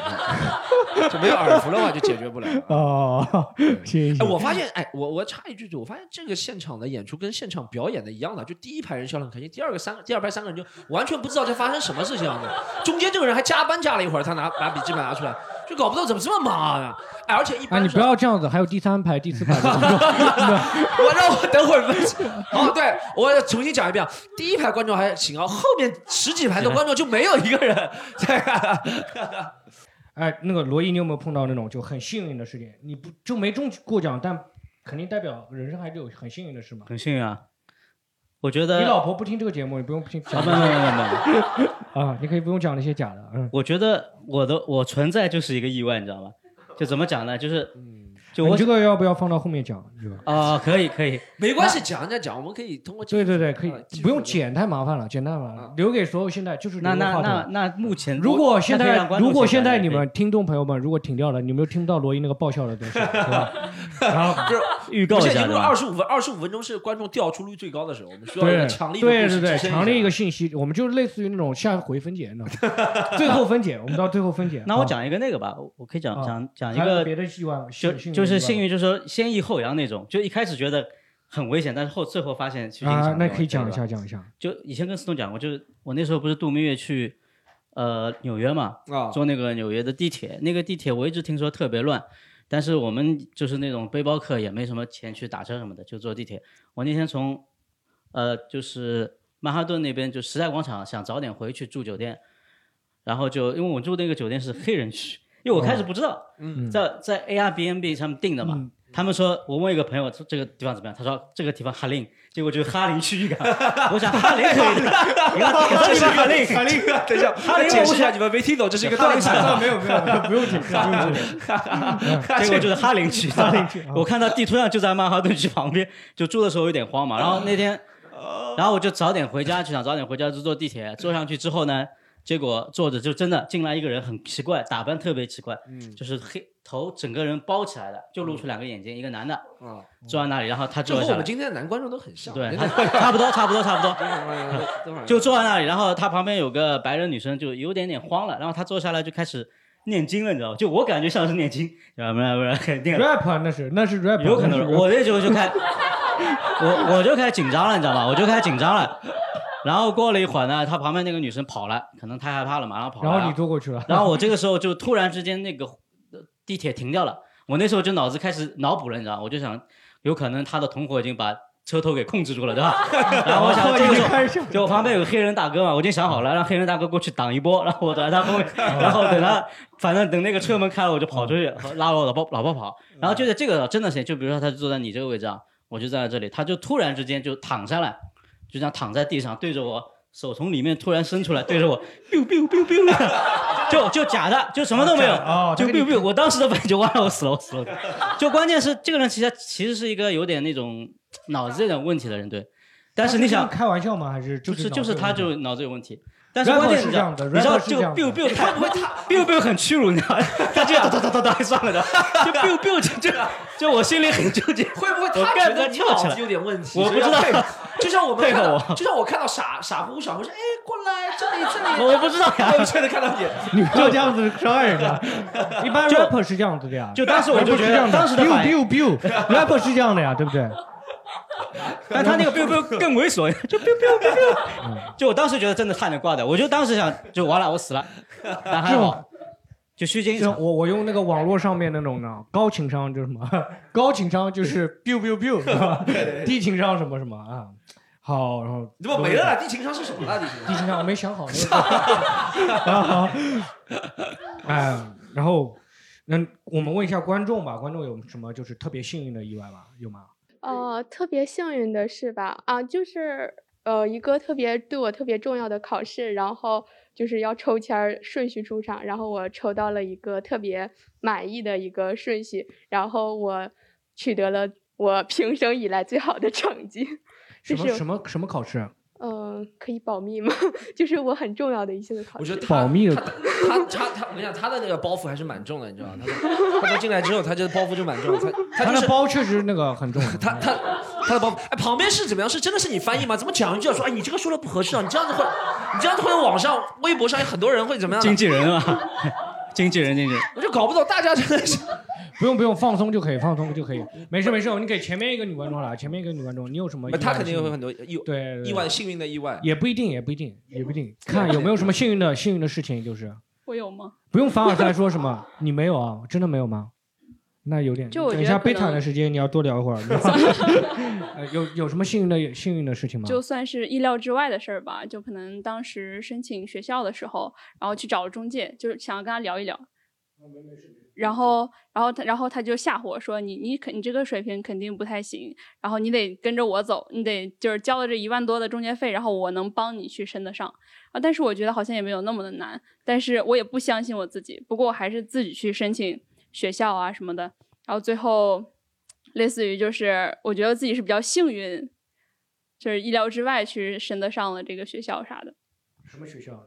D: 就没有耳福的话，就解决不 了了。
B: 哦， 谢谢
D: 哎，。我发现，哎，我我插一句，就我发现这个现场的演出跟现场表演的一样的，就第一排人笑得很开心，第二个三个第二排三个人就完全不知道在发生什么事情啊，中间这个人还加班加了一会儿，他拿把笔记本拿出来，就搞不懂怎么这么忙啊！哎，而且一
B: 哎，
D: 般
B: 你
D: 是
B: 不要这样子，还有第三排、第四排的观众。
D: 我让我等会儿分析。哦，对，我重新讲一遍啊，第一排观众还行啊，后面十几排的观众就没有一个人啊在看。
B: 哎，那个罗毅，你有没有碰到那种就很幸运的事情？你不就没中过奖，但肯定代表人生还是有很幸运的事嘛。
C: 很幸运啊。我觉
B: 你
C: 得
B: 老婆不听这个节目，你不用听
C: 啊，不不不不不，
B: 啊，你可以不用讲那些假的。嗯，
C: 我觉得我的我存在就是一个意外，你知道吗？就怎么讲呢？就是，就我
B: 你这个要不要放到后面讲？这个
C: 啊、可以可以，
D: 没关系，讲再讲，我们可以通过
B: 对对对，可
C: 呃
D: 啊
B: 以，
D: 技术
B: 不用
D: 流
B: 剪，太麻烦了，剪太麻烦了
D: 啊，
B: 留给所有现在就是
C: 那
B: 留
C: 那
B: 话筒
C: 那那目前
B: 如果现
C: 那可以
B: 在
C: 让，观众
B: 如果
C: 先
B: 现
C: 来
B: 在
C: 也
B: 你
C: 可以
B: 们听众朋友们，如果停掉了，你有没有听到罗伊那个爆笑 的东西？对吧？然后
D: 就是
C: 预
D: 我
C: 告一
D: 们现在
C: 下，
D: 进入
C: 对吧
D: 二十五分，二十五分钟是观众调出率最高的时候，我们需要一
B: 对
D: 个强力的
B: 对
D: 故事
B: 对对，
D: 支撑
B: 强烈一
D: 下
B: 个信息，我们就是类似于那种下回分解那种，最后分解，我们到最后分解。
C: 那我
B: 啊
C: 讲一个那个吧，我我可以讲、
B: 啊
C: 讲啊讲一
B: 还有
C: 个
B: 别的意外吗，
C: 就
B: 幸运
C: 就是幸
B: 运
C: 运，就是说先抑后扬那种，就一开始觉得很危险，但是后最后发现其实
B: 的意
C: 影
B: 外
C: 响
B: 啊，那
C: 没有
B: 可以讲一。
C: 对
B: 下，
C: 吧
B: 讲一下。
C: 就以前跟思东讲过，就是我那时候不是度蜜月去呃纽约嘛，
D: 啊。
C: 坐那个纽约的地铁，那个地铁我一直听说特别乱，但是我们就是那种背包客也没什么钱去打车什么的，就坐地铁。我那天从呃就是曼哈顿那边就时代广场想早点回去住酒店，然后就因为我住那个酒店是黑人区，因为我开始不知 道，
B: 嗯
C: 在在 Airbnb 上面订的嘛。他们说，我问一个朋友这这个地方怎么样，他说这个地方哈林，结果就是哈林区域感。我想哈林可以的，你看哈林是哈林，
D: 卡林哥，等一下，
C: 哈林
D: 解释一
C: 我
D: 下，
C: 想
D: 你们没听懂，这是一个段子。
B: 没有没有，不用紧，不用紧。
C: 结果就是哈林区，
B: 哈林区啊
C: 我看到地图上就在曼哈顿区旁边，就住的时候有点慌嘛。然后那天，然后我就早点回家，去想早点回家就坐地铁，坐上去之后呢，结果坐着就真的进来一个人，很奇怪，打扮特别奇怪，就是黑头整个人包起来的，就露出两个眼睛，一个男的
D: 啊，
C: 坐在 那里，然后他
D: 这
C: 坐
D: 和
C: 下
D: 我
C: 来
D: 们，今天的男观众都很像。
C: 对，
D: 真
C: 他
D: 的
C: 差不多，差不多，差不多。
D: 等会儿
C: 就坐在那里，然后他旁边有个白人女生，就有点点慌了，然后她坐下来就开始念经了，你知道吗？就我感觉像是念经，要不然不然肯定
B: rap 啊那是那是 rap，
C: 有可能
B: 那
C: 是，
B: 是 rap
C: 我那时候就开， 我我就开始紧张了，你知道吗？我就开始紧张了。然后过了一会儿呢，他旁边那个女生跑了，可能太害怕了，马上跑了。
B: 然后你坐过去了，
C: 然后我这个时候就突然之间那个呃地铁停掉了，我那时候就脑子开始脑补了，你知道吗，我就想，有可能他的同伙已经把车头给控制住了，对吧？然后我想这个时候，就我旁边有个黑人大哥嘛，我已经想好了，让黑人大哥过去挡一波，然后我躲在他后面， 然后等他，反正等那个车门开了，我就跑出去，拉我老婆老婆跑。然后就在这个真的是，就比如说他就坐在你这个位置啊，我就站在这里，他就突然之间就躺下来，就这样躺在地上，对着我，手从里面突然伸出来，对着我，biu biu biu biu，就 就假的，就什么都没有，
B: 哦
C: 就
B: 他给
C: biu
B: 你
C: biu，我当时的反应就完了，我死了，我死了。就关键是这个人其实其实是一个有点那种脑子有点问题的人，对。但是你想，
B: 开玩笑吗？还是
C: 就
B: 就是就
C: 就是他就脑子有问题。但是
B: Rapper
C: 关键
B: 是
C: 你知
B: 这
C: 道
B: 样的
C: 你知道
B: Rapper 是
C: 就
B: 这样的
C: biu biu 他不会他 biu biu 很屈辱，你知道吗？他这样 哒哒哒哒哒算了的，就 biu biu 就就就我心里很纠结，
D: 会不会
C: 我
D: 他
C: 干
D: 觉得
C: 脆
D: 你
C: 跳起
D: 脑
C: 来
D: 子有点问题？
C: 我
D: 所以
C: 不知
D: 要
C: 道
D: 配合就像我 们
C: 配合
D: 看到
C: 我
D: 就像我看到傻傻乎傻乎说，哎，过来这里这里，
C: 我不知道呀
D: 我有确的看到你，
B: 你不要这样子伤害人家。一般
C: 就
B: rapper 是这样子的呀，
C: 就当时我
B: rapper
C: 就是觉
B: 这样
C: 得当时的反应，
B: biu biu biu，rapper 是这样的呀，对不对？
C: 但他那个 biu biu 更猥琐， 就 biu biu biu
D: 嗯
C: biu，就我当时觉得真的差点挂的，我就当时想就完了，我 死了，但还好，就虚惊一
B: 就
C: 场。
B: 我我用那个网络上面那种呢，高情商就是什么， 高情商就是 biu biu biu，是吧低情商什么什么啊。好，然后
D: 你怎么没了啦？低情商是什么啦？低情
B: 低
D: 商
B: 情商我没 想好那个。 啊好， 哎，然后那我们问一下观众吧，观众有什么就是特别幸运的意外吗？有吗？
I: 呃，特别幸运的是吧？啊，就是呃，一个特别对我特别重要的考试，然后就是要抽签儿顺序出场，然后我抽到了一个特别满意的一个顺序，然后我取得了我平生以来最好的成绩。
B: 什
I: 就
B: 么
I: 是
B: 什么什么考试？啊
I: 嗯、呃，可以保密吗？ 就是我很重要的一次的考
D: 我觉
I: 试
D: 得。他
B: 保密的
D: 他他他，我跟你讲，他的那个包袱还是蛮重的，你知道吗？他他从进来之后，他这包袱就蛮重的，他
B: 他
D: 他就
B: 的
D: 是
B: 包确实那个很重要。
D: 他他他的包，哎，旁边是怎么样？是真的是你翻译吗？怎么讲一句要说，哎，你这个说的不合适啊，你这样子会，你这样子会网上、微博上有很多人会怎么样
C: 经
D: 的？
C: 纪人啊， 经纪人，经纪人，
D: 我就搞不懂，大家真的是，
B: 不用不用，放松就可以，放松就可以，没事没事。你给前面一个女观众来，前面一个女观众，你有什么意外的
D: 他肯定
B: 幸运
D: 会有很多意
B: 对对对
D: 意外、幸运的意外。
B: 也不一定，也不一定，也不一定，看有没有什么幸运的幸运的事情，就是
E: 我有吗？
B: 不用凡尔赛说什么，你没有啊，真的没有吗？那有点，
E: 就我
B: 等一
E: 觉得
B: 下
E: 可
B: 悲惨
E: 能
B: 的时间，你要多聊一会儿。 呃有有什么幸运的幸运的事情吗？
E: 就算是意料之外的事儿吧，就可能当时申请学校的时候，然后去找了中介，就是想要跟他聊一聊。然后，然后他，然后他就吓唬我说：“你，你肯，你这个水平肯定不太行，然后你得跟着我走，你得就是交了这一万多的中介费，然后我能帮你去申得上啊。”但是我觉得好像也没有那么的难，但是我也不相信我自己，不过我还是自己去申请学校啊什么的，然后最后，类似于就是我觉得自己是比较幸运，就是意料之外去申得上了这个学校啥的。
B: 什么学校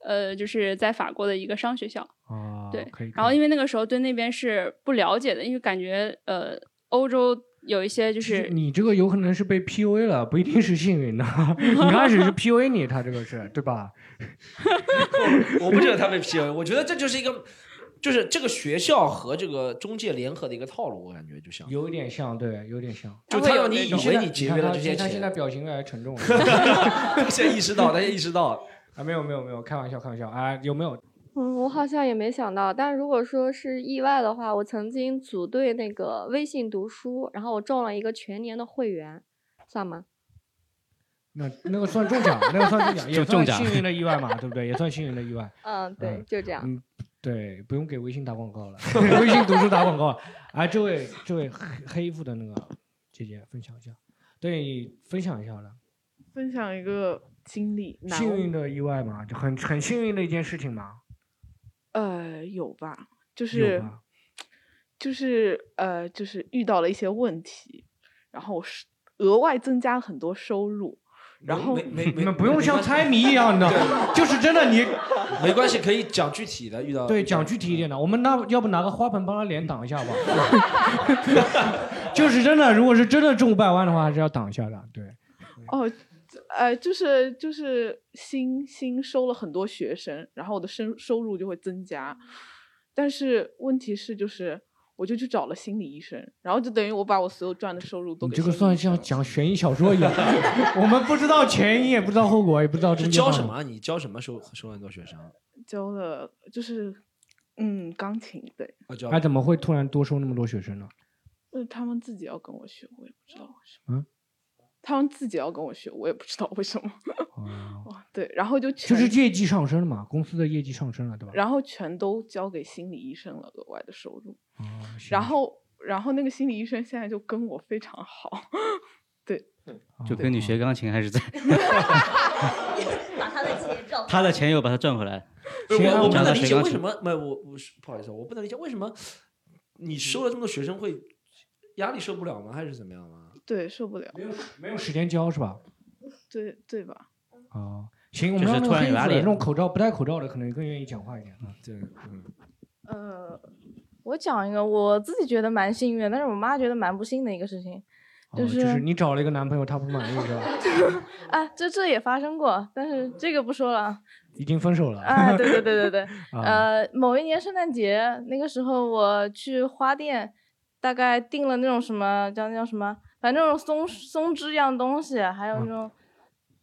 E: 呃，就是在法国的一个商学校，
B: 啊？
E: 对
B: 可以。
E: 然后
B: 可以
E: 因为那个时候对那边是不了解的，因为感觉呃欧洲有一些就
B: 其 实
E: 是
B: 你这个有可能是被 PUA 了，不一定是幸运的。 你开始是 PUA 你，他这个是对吧？
D: 我不觉得他被 PUA，我觉得这就是一个，就是这个学校和这个中介联合的一个套路，我感觉就像，
B: 有一点像，对，有点像。
D: 就
E: 他会
D: 他
E: 有
D: 让你
E: 那
D: 以
E: 种
D: 为你节约了这些
B: 他现在
D: 钱，
B: 表情越来越沉 重了。
D: 他现在意识到，他现在意识到，
B: 啊，没有没有没有，开玩笑开玩笑啊，有没有？
I: 嗯，我好像也没想到，但如果说是意外的话，我曾经组队那个微信读书，然后我中了一个全年的会员，算吗？
B: 那那个算中奖，那个算中 奖，也
C: 中中
B: 算
C: 奖
B: 幸运的意外嘛，对不对？也算幸运的意外。
I: 嗯，对
B: 嗯，
I: 就这样。
B: 嗯，对，不用给微信打广告了，微信读书打广告了。啊，这位这位黑黑衣服的那个姐姐分享一下，对，分享一下了，
J: 分享一个经历，难
B: 幸运
J: 忘
B: 的意外嘛，就很很幸运的一件事情嘛，
J: 呃有吧，就
B: 有
J: 是
B: 吧？
J: 就是呃就是遇到了一些问题，然后是额外增加很多收入，然后
D: 没没
B: 你
D: 没，
B: 们不用
D: 没
B: 像
D: 关系
B: 猜谜一样的，就是真的你
D: 没关系，可以讲具体的遇到
B: 对讲具体一点的，我们拿要不拿个花盆帮他脸挡一下吧？ 就是真的，如果是真的中百万的话，还是要挡一下的，对。
J: 哦，呃，就是就是新新收了很多学生，然后我的收收入就会增加，但是问题是就是我就去找了心理医生，然后就等于我把我所有赚的收入都
B: 你
J: 给
B: 这个
J: 心理
B: 算
J: 医生
B: 像
J: 了
B: 讲悬疑小说一样， 我们不知道前因，也不知道后果，也不知道
D: 是
B: 中间
D: 教
B: 发
D: 什
B: 生
D: 么啊？你教什么收收很多学生啊？
J: 教了就是嗯钢琴对，呃
D: 啊教
B: 哎，怎么会突然多收那么多学生呢？
J: 那他们自己要跟我学，我也不知道为什么。
B: 嗯
J: 他们自己要跟我学，我也不知道为什么。
C: 哦
J: 哇，对，然后就
B: 就
J: 全
B: 是业绩上升了嘛，公司的业绩上升了，对吧？
J: 然后全都交给心理医生了，额外的收入。
C: 哦
J: 然后，然后那个心理医生现在就跟我非常好，对，
C: 嗯
D: 哦
C: 就跟你学钢琴还是在，
H: 把他的钱赚回来
C: 他的钱又把它赚回来。
D: 不是我我不
C: 教他
D: 能理
C: 学
D: 解
C: 钢
D: 为
C: 琴
D: 什么，没有我我是不好意思，我不能理解为什么你收了这么多学生会压力受不了吗？还是怎么样吗？
J: 对，受不了，
B: 没有时间教是吧？
J: 对对吧？
B: 哦，行，我们
C: 就
B: 让
C: 是突
B: 那种
C: 然
B: 黑衣
C: 有
B: 服
C: 压
B: 的
C: 力
B: 那种口罩不戴口罩的，可能更愿意讲话一点。
D: 对，嗯，
K: 呃，我讲一个我自己觉得蛮幸运的，但是我妈觉得蛮不幸的一个事情，
B: 哦
K: 是、
B: 就是你找了一个男朋友，他不满意是吧？
K: 啊，这这也发生过，但是这个不说了。
B: 已经分手了。，
K: 啊，对 对对对对
B: 啊
K: 呃，某一年圣诞节那个时候，我去花店，大概订了那种什么叫那叫什么，反正那种松松枝一样东西，还有那种、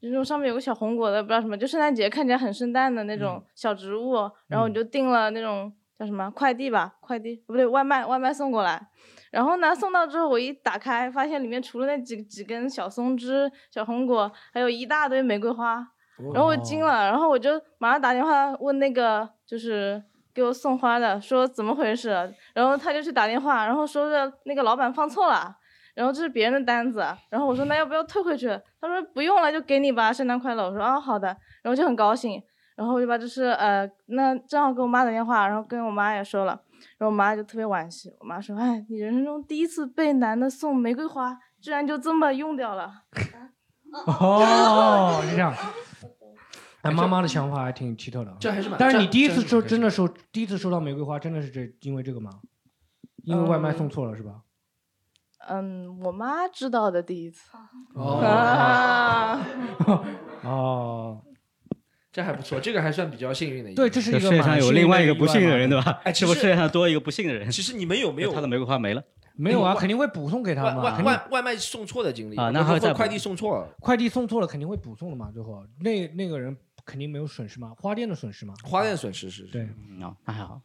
K: 就那种上面有个小红果的，不知道什么，就圣诞节看起来很圣诞的那种小植物，然后我就订了那种叫什么快递吧，快递不对，外卖外卖送过来。然后呢，送到之后我一打开，发现里面除了那几几根小松枝、小红果，还有一大堆玫瑰花。
B: 哦
K: 然后我惊了，然后我就马上打电话问那个就是给我送花的，说怎么回事，然后他就去打电话，然后说是那个老板放错了，然后这是别人的单子，然后我说那要不要退回去？他说不用了，就给你吧，圣诞快乐。我说啊好的，然后就很高兴，然后我就把就是呃那正好给我妈打电话，然后跟我妈也说了，然后我妈就特别惋惜，我妈说哎你人生中第一次被男的送玫瑰花，居然就这么用掉了。
B: 哦，是这样。哎，妈妈的想法还挺奇特的啊。
D: 这还是蛮
B: 但是
D: 这
B: 你第一次
D: 这
B: 收，真的收，第一次收到玫瑰花，真的是这因为这个吗？因为外
D: 呃
B: 卖送错了是吧？
K: 嗯，我妈知道的第一次。
D: 哦
K: 啊，
B: 哦，
D: 这还不错，这个还算比较幸运的一个。
B: 对这是
C: 这世界上有另外一个不幸的人，对吧？
D: 哎，
C: 是
D: 其
C: 不
D: 实
C: 是世界上多一个不幸的人？
D: 其实你们有没有
C: 他的玫瑰花没了？哎
B: 没有啊，肯定会补送给他
D: 外
B: 嘛。
D: 外
B: 肯定
D: 外外卖送错的经历
C: 啊那还
D: 还
C: 有再
D: 快递送错了，
B: 快递送错了，肯定会补送的嘛。最后那那个人肯定没有损失嘛，花店的损失嘛。
D: 花店损失是是
B: 对，
C: 哦，那还好。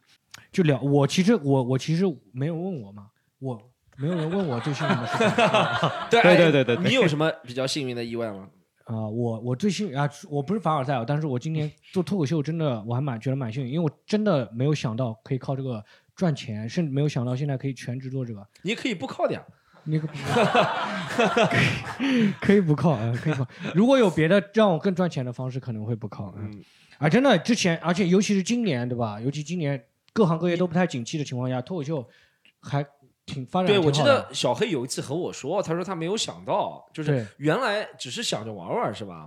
B: 就聊我其实我我其实没有问我嘛，我没有人问我最幸运的 事情 对
D: 哎
B: 对对对
D: 你有什么比较幸运的意外吗？
B: 啊、我我最幸运啊，我不是凡尔赛啊，但是我今年做脱口秀真的我还蛮觉得蛮幸运，因为我真的没有想到可以靠这个赚钱，甚至没有想到现在可以全职做这个，
D: 你可以不靠点，
B: 那个 可以不靠，嗯，可以不靠。如果有别的让我更赚钱的方式，可能会不靠。嗯，啊，真的，之前，而且尤其是今年，对吧？尤其今年各行各
D: 嗯
B: 业都不太景气的情况下，脱口秀还挺发展
D: 对，
B: 挺
D: 我记
B: 好的
D: 得小黑有一次和我说，他说他没有想到，就
B: 对
D: 是原来只是想着玩玩，是吧？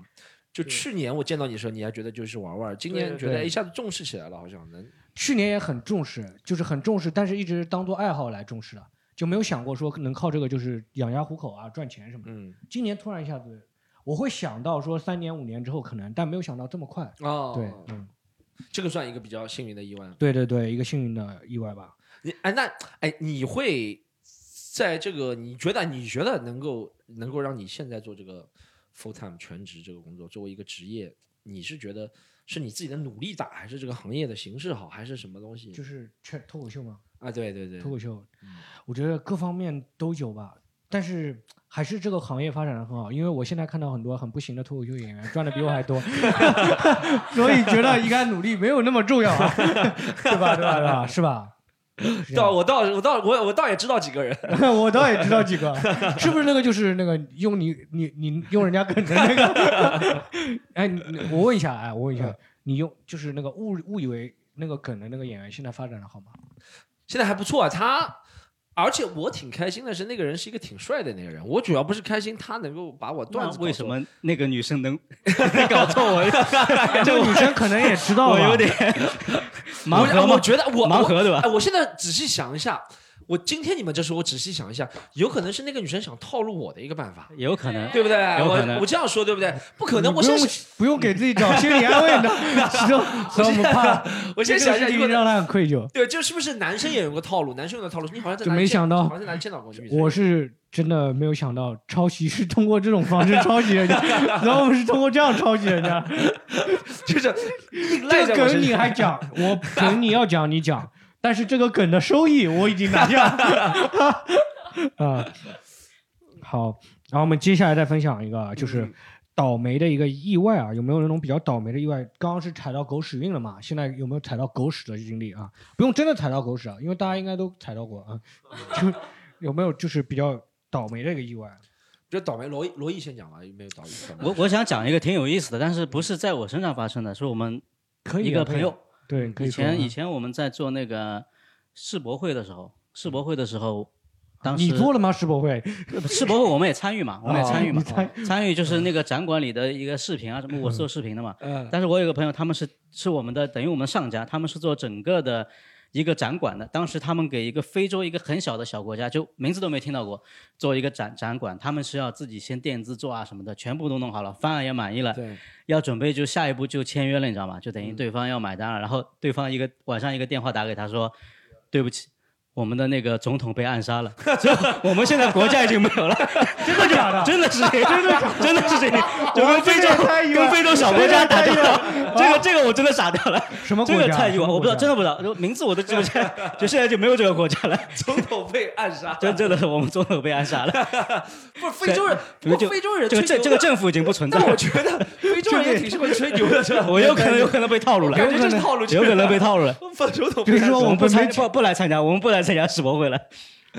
D: 就去年我见到你的时候，你还觉得就是玩玩，今年
B: 对
D: 觉得哎
B: 对
D: 一下子重视起来了，好像能。
B: 去年也很重视，就是很重视，但是一直当做爱好来重视的，啊就没有想过说能靠这个就是养家糊口啊，赚钱什么的。
D: 嗯，
B: 今年突然一下子，我会想到说三年五年之后可能，但没有想到这么快。
D: 哦，
B: 对，嗯，
D: 这个算一个比较幸运的意外。
B: 对对对，一个幸运的意外吧。
D: 你哎，那哎，你会在这个你觉得你觉得能够能够让你现在做这个 full time 全职这个工作，作为一个职业，你是觉得是你自己的努力大，还是这个行业的形势好，还是什么东西？
B: 就是全脱口秀吗？
D: 啊，对对嗯对，
B: 脱口秀，我觉得各方面都有吧，但是还是这个行业发展的很好，因为我现在看到很多很不行的脱口秀演员赚的比我还 多，所以觉得应该努力没有那么重要、啊， 对吧？对吧？对 吧？是吧？
D: 倒啊我倒我倒我我倒也知道几个人，
B: 我倒也知道 几个， 是不是那个就是那个用你你你用人家梗的那个？ 哎，你你我问一下，哎，我问一下，你用就是那个误误以为那个梗的那个演员，现在发展的好吗？
D: 现在还不错啊。他，而且我挺开心的是，那个人是一个挺帅的那个人。我主要不是开心他能够把我段子
C: 那为什么那个女生能
D: 搞错 我
C: 这个女生
B: 可能也知
C: 道吧我有点 盲
D: 我
C: 盒吗
D: 我觉得我
C: 盲盒对吧
D: 我哎，我现在仔细想一下，我今天你们这时候我仔细想一下，有可能是那个女生想套路我的一个办法，
C: 有可能？
D: 对不对？
C: 有可能
D: 我我这样说对不对？不可能，
B: 你
D: 我
B: 不
D: 现
B: 用
D: 在，
B: 不用给自己找心理安慰 呢所以所 以我们怕
D: 我先想一下
B: 这个事
D: 如
B: 情
D: 果
B: 让他很愧疚。
D: 对，就是不是男生也有个套路？男生用的套路，你好像在
B: 就
D: 哪里
B: 没
D: 见
B: 想到
D: 好像在哪里见到过这个女生
B: 我是真的没有想到抄袭是通过这种方式抄袭 人家，然后我们是通过这样抄袭人家。
D: 就是
B: 这个梗你还讲，我梗你要讲你讲，但是这个梗 的收益我已经拿下。啊，好啊、然后我们接下来再分享一个，啊
D: 嗯
B: 就是倒霉的一个意外啊，有没有那种比较倒霉的意外？刚刚是踩到狗屎运了嘛？现在有没有踩到狗屎的经历啊？不用真的踩到狗屎啊，因为大家应该都踩到过啊。 就有没有就是比较倒霉的一个意外？啊
D: 就倒霉，罗毅罗毅先讲吧，有没有倒霉？倒霉
C: 我我想讲一个挺有意思的，但是不是在我身上发生的，是我们
B: 可以啊
C: 一个
B: 可以
C: 朋友。
B: 对，可以
C: 以
B: 说
C: 前
B: 啊
C: 以前我们在做那个世博会的时候，世博会的时 候，当时
B: 你做了吗？世 博会？
C: 世博会我们也参与嘛，我们也参与嘛，
B: 哦你参
C: 参与就是那个展馆里的一个视频啊什么，我是做视频的嘛。
B: 嗯
C: 但是我有个朋友，他们是是我们的，等于我们上家，他们是做整个的一个展馆的。当时他们给一个非洲一个很小的小国家，就名字都没听到过，做一个展展馆，他们是要自己先垫资做啊什么的，全部都弄好了，方案也满意了，要准备就下一步就签约了，你知道吗？就等于对方要买单了，然后对方一个晚上一个电话打给他说，对不起。我们的那个总统被暗 杀了，就我们现在国家已经没有了，真的假的？真的是这样，真的真的是这样，就跟非洲跟非洲小国家打交道， 这
D: 啊
C: 个这个我真的傻掉了，
B: 什 么
C: 这
B: 国家
C: 个太意外，
B: 什么
C: 我不知道，
B: 国家
C: 真的不知道，就名字我都记不起来，就现在就没有这个国家了，
D: 总统被暗杀，
C: 真正的是我们总统被暗 杀了，
D: 不是非洲人，
C: 对
D: 不过
C: 就
D: 非洲人
C: 这个
D: 吹牛
C: 政这个政府已经不存在了，
D: 但我觉
C: ？
D: 得非洲人也挺喜欢吹牛的，是吧
C: 我有可能有可能被套路了，
D: 感觉这是套路，
C: 有可能被套 路了。
D: 反手捅。
C: 就是说我们不参
D: 加。
C: 不不来参加，我们不来参加世博会了，